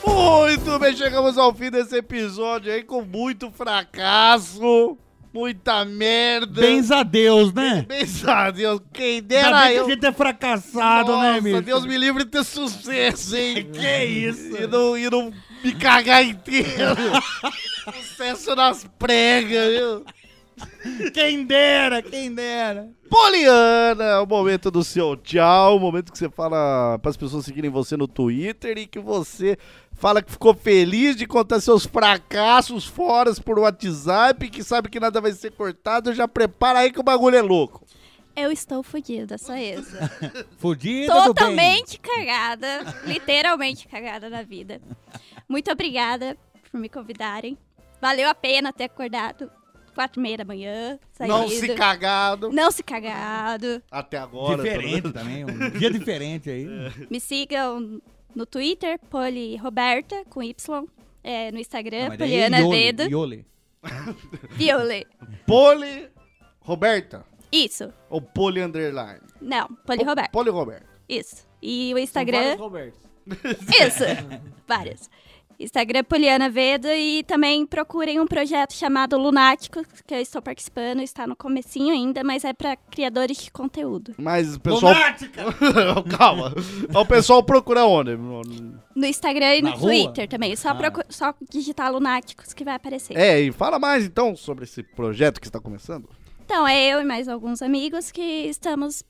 S3: Muito bem, chegamos ao fim desse episódio aí com muito fracasso, muita merda.
S4: [laughs] Bens a Deus, né?
S3: Benzado, eu- quem
S4: Ainda
S3: dera
S4: bem que
S3: eu.
S4: a gente é fracassado, né,
S3: Nossa,
S4: amigo?
S3: Deus me livre de ter sucesso, hein?
S4: [laughs] Que isso?
S3: E não, e não me cagar
S4: [laughs]
S3: inteiro. Sucesso nas pregas, viu?
S4: Quem dera, quem dera.
S3: Poliana, é o momento do seu tchau, o momento que você fala para as pessoas seguirem você no Twitter e que você fala que ficou feliz de contar seus fracassos fora por WhatsApp, que sabe que nada vai ser cortado, já prepara aí que o bagulho é louco.
S6: Eu estou fodida, só isso.
S4: Fudido
S6: Totalmente cagada. Literalmente cagada na vida. Muito obrigada por me convidarem. Valeu a pena ter acordado quatro e meia da manhã, saído.
S3: Não se cagado.
S6: Não se cagado.
S3: Até agora. pelo
S4: diferente
S3: menos.
S4: também, É. um dia diferente aí.
S6: Me sigam no Twitter, Poli Roberta, com Y. É, né, no
S4: Não,
S6: Instagram,
S4: mas daí é
S6: Poliana
S4: Iole,
S6: Vedo.
S4: Iole.
S6: Viole.
S3: Poli Roberta.
S6: Isso.
S3: Ou Poli Underline.
S6: Não, Poli Roberta.
S3: Poli Roberta.
S6: Isso. E
S5: São
S6: o
S5: vários
S6: Instagram.
S5: Robertos.
S6: Isso. Várias. Instagram Poliana Veda e também procurem um projeto chamado Lunático, que eu estou participando, está no comecinho ainda, mas é para criadores de conteúdo.
S3: Mas o pessoal. [laughs]
S4: [laughs]
S3: Calma. É o pessoal procurar onde?
S6: No Instagram e no
S4: Na rua?
S6: Twitter também, só,
S4: Ah.
S6: procu- só digitar Lunáticos que vai aparecer.
S3: É, e fala mais então sobre esse projeto que está começando.
S6: Então, é eu e mais alguns amigos que estamos,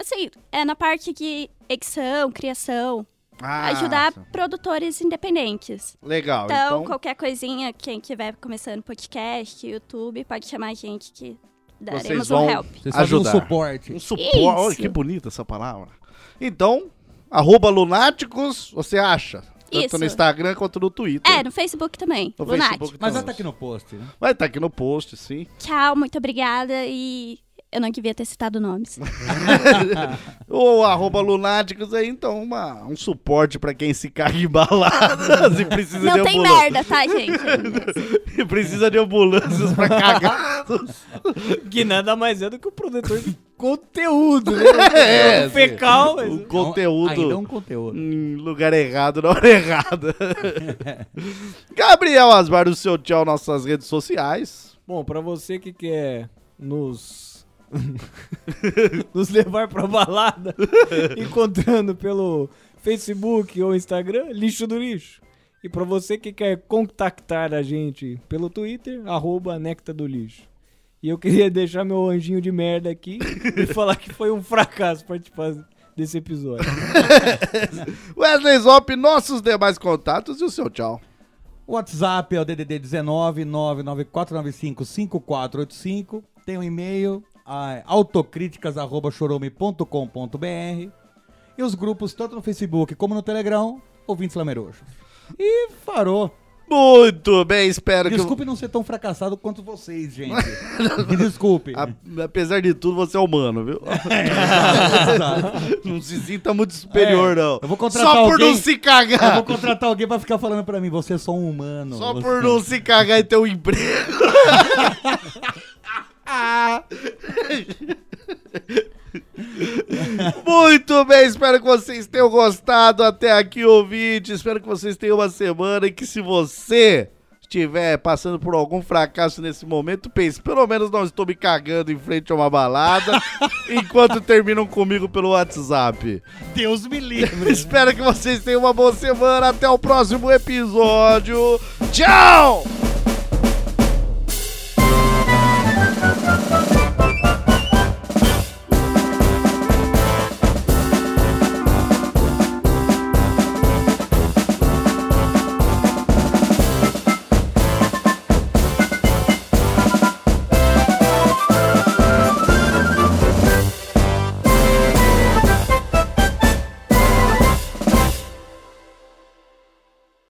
S6: assim, é na parte de edição, criação,
S3: Ah,
S6: ajudar
S3: sim.
S6: produtores independentes.
S3: Legal.
S6: Então,
S3: Então,
S6: qualquer coisinha, quem estiver começando podcast, YouTube, pode chamar a gente que
S3: vocês
S6: daremos
S3: vão
S6: um help.
S4: Vocês fazem um
S3: ajudar.
S4: suporte.
S3: Um suporte. Olha
S6: Isso.
S3: que bonita essa palavra. Então, arroba lunáticos, você acha? Tanto
S6: Isso.
S3: no Instagram quanto no Twitter.
S6: É, no Facebook também.
S3: No
S6: Lunático.
S3: Facebook
S4: Mas
S3: também.
S4: já tá aqui no post, né?
S3: Vai estar aqui no post, sim. [laughs]
S6: Tchau, muito obrigada e eu não devia ter
S3: [laughs]
S6: citado nomes.
S3: Ou arroba lunáticos aí, então, uma, um suporte pra quem se caga [laughs] em
S6: [laughs]
S3: baladas e precisa de
S6: não tem
S3: ambulância.
S6: merda,
S3: [laughs]
S6: tá, gente?
S3: E precisa de ambulâncias pra cagar.
S5: Que nada mais é do que o produtor de conteúdo, né?
S3: É,
S5: O fecal,
S3: o
S5: mas...
S4: Ainda é um
S3: conteúdo
S4: conteúdo.
S3: em lugar errado, na hora
S4: [laughs]
S3: errada. Gabriel Asmar, o seu tchau, nossas redes sociais.
S5: Bom, pra você que quer [laughs] nos... nos levar pra [laughs] balada, encontrando pelo Facebook ou Instagram, lixo do lixo. E pra você que quer contactar a gente pelo Twitter, arroba Necta do Lixo. E eu queria deixar meu anjinho de merda aqui e falar que foi um fracasso participar desse episódio.
S3: Wesley Zop, nossos demais contatos e o seu tchau.
S4: O WhatsApp é o DDD 19 99495 5485. Tem o e-mail ah, autocríticas.chorome.com.br e os grupos tanto no Facebook como no Telegram, ouvintes lamerojo. E farou.
S3: Muito bem, espero
S4: Desculpe não ser tão fracassado quanto vocês, gente. Me desculpe.
S3: que. A- apesar de tudo, você é humano,
S4: [laughs]
S3: viu?
S4: Exato.
S3: [laughs] não se sinta muito superior,
S4: É,
S3: não.
S4: eu vou contratar
S3: Só por
S4: alguém-
S3: não se
S4: Eu vou
S3: cagar.
S4: contratar alguém pra ficar falando pra mim, você é só um humano.
S3: Só
S4: você-
S3: por não se cagar e ter um emprego. [laughs] Muito bem, espero que vocês tenham gostado até aqui, ouvinte. Espero que vocês tenham uma semana e que se você estiver passando por algum fracasso nesse momento, pense, pelo menos não estou me cagando em frente a uma balada [laughs] enquanto terminam comigo pelo WhatsApp.
S4: Deus me livre.
S3: Espero que vocês tenham uma boa semana. Até o próximo episódio. Tchau!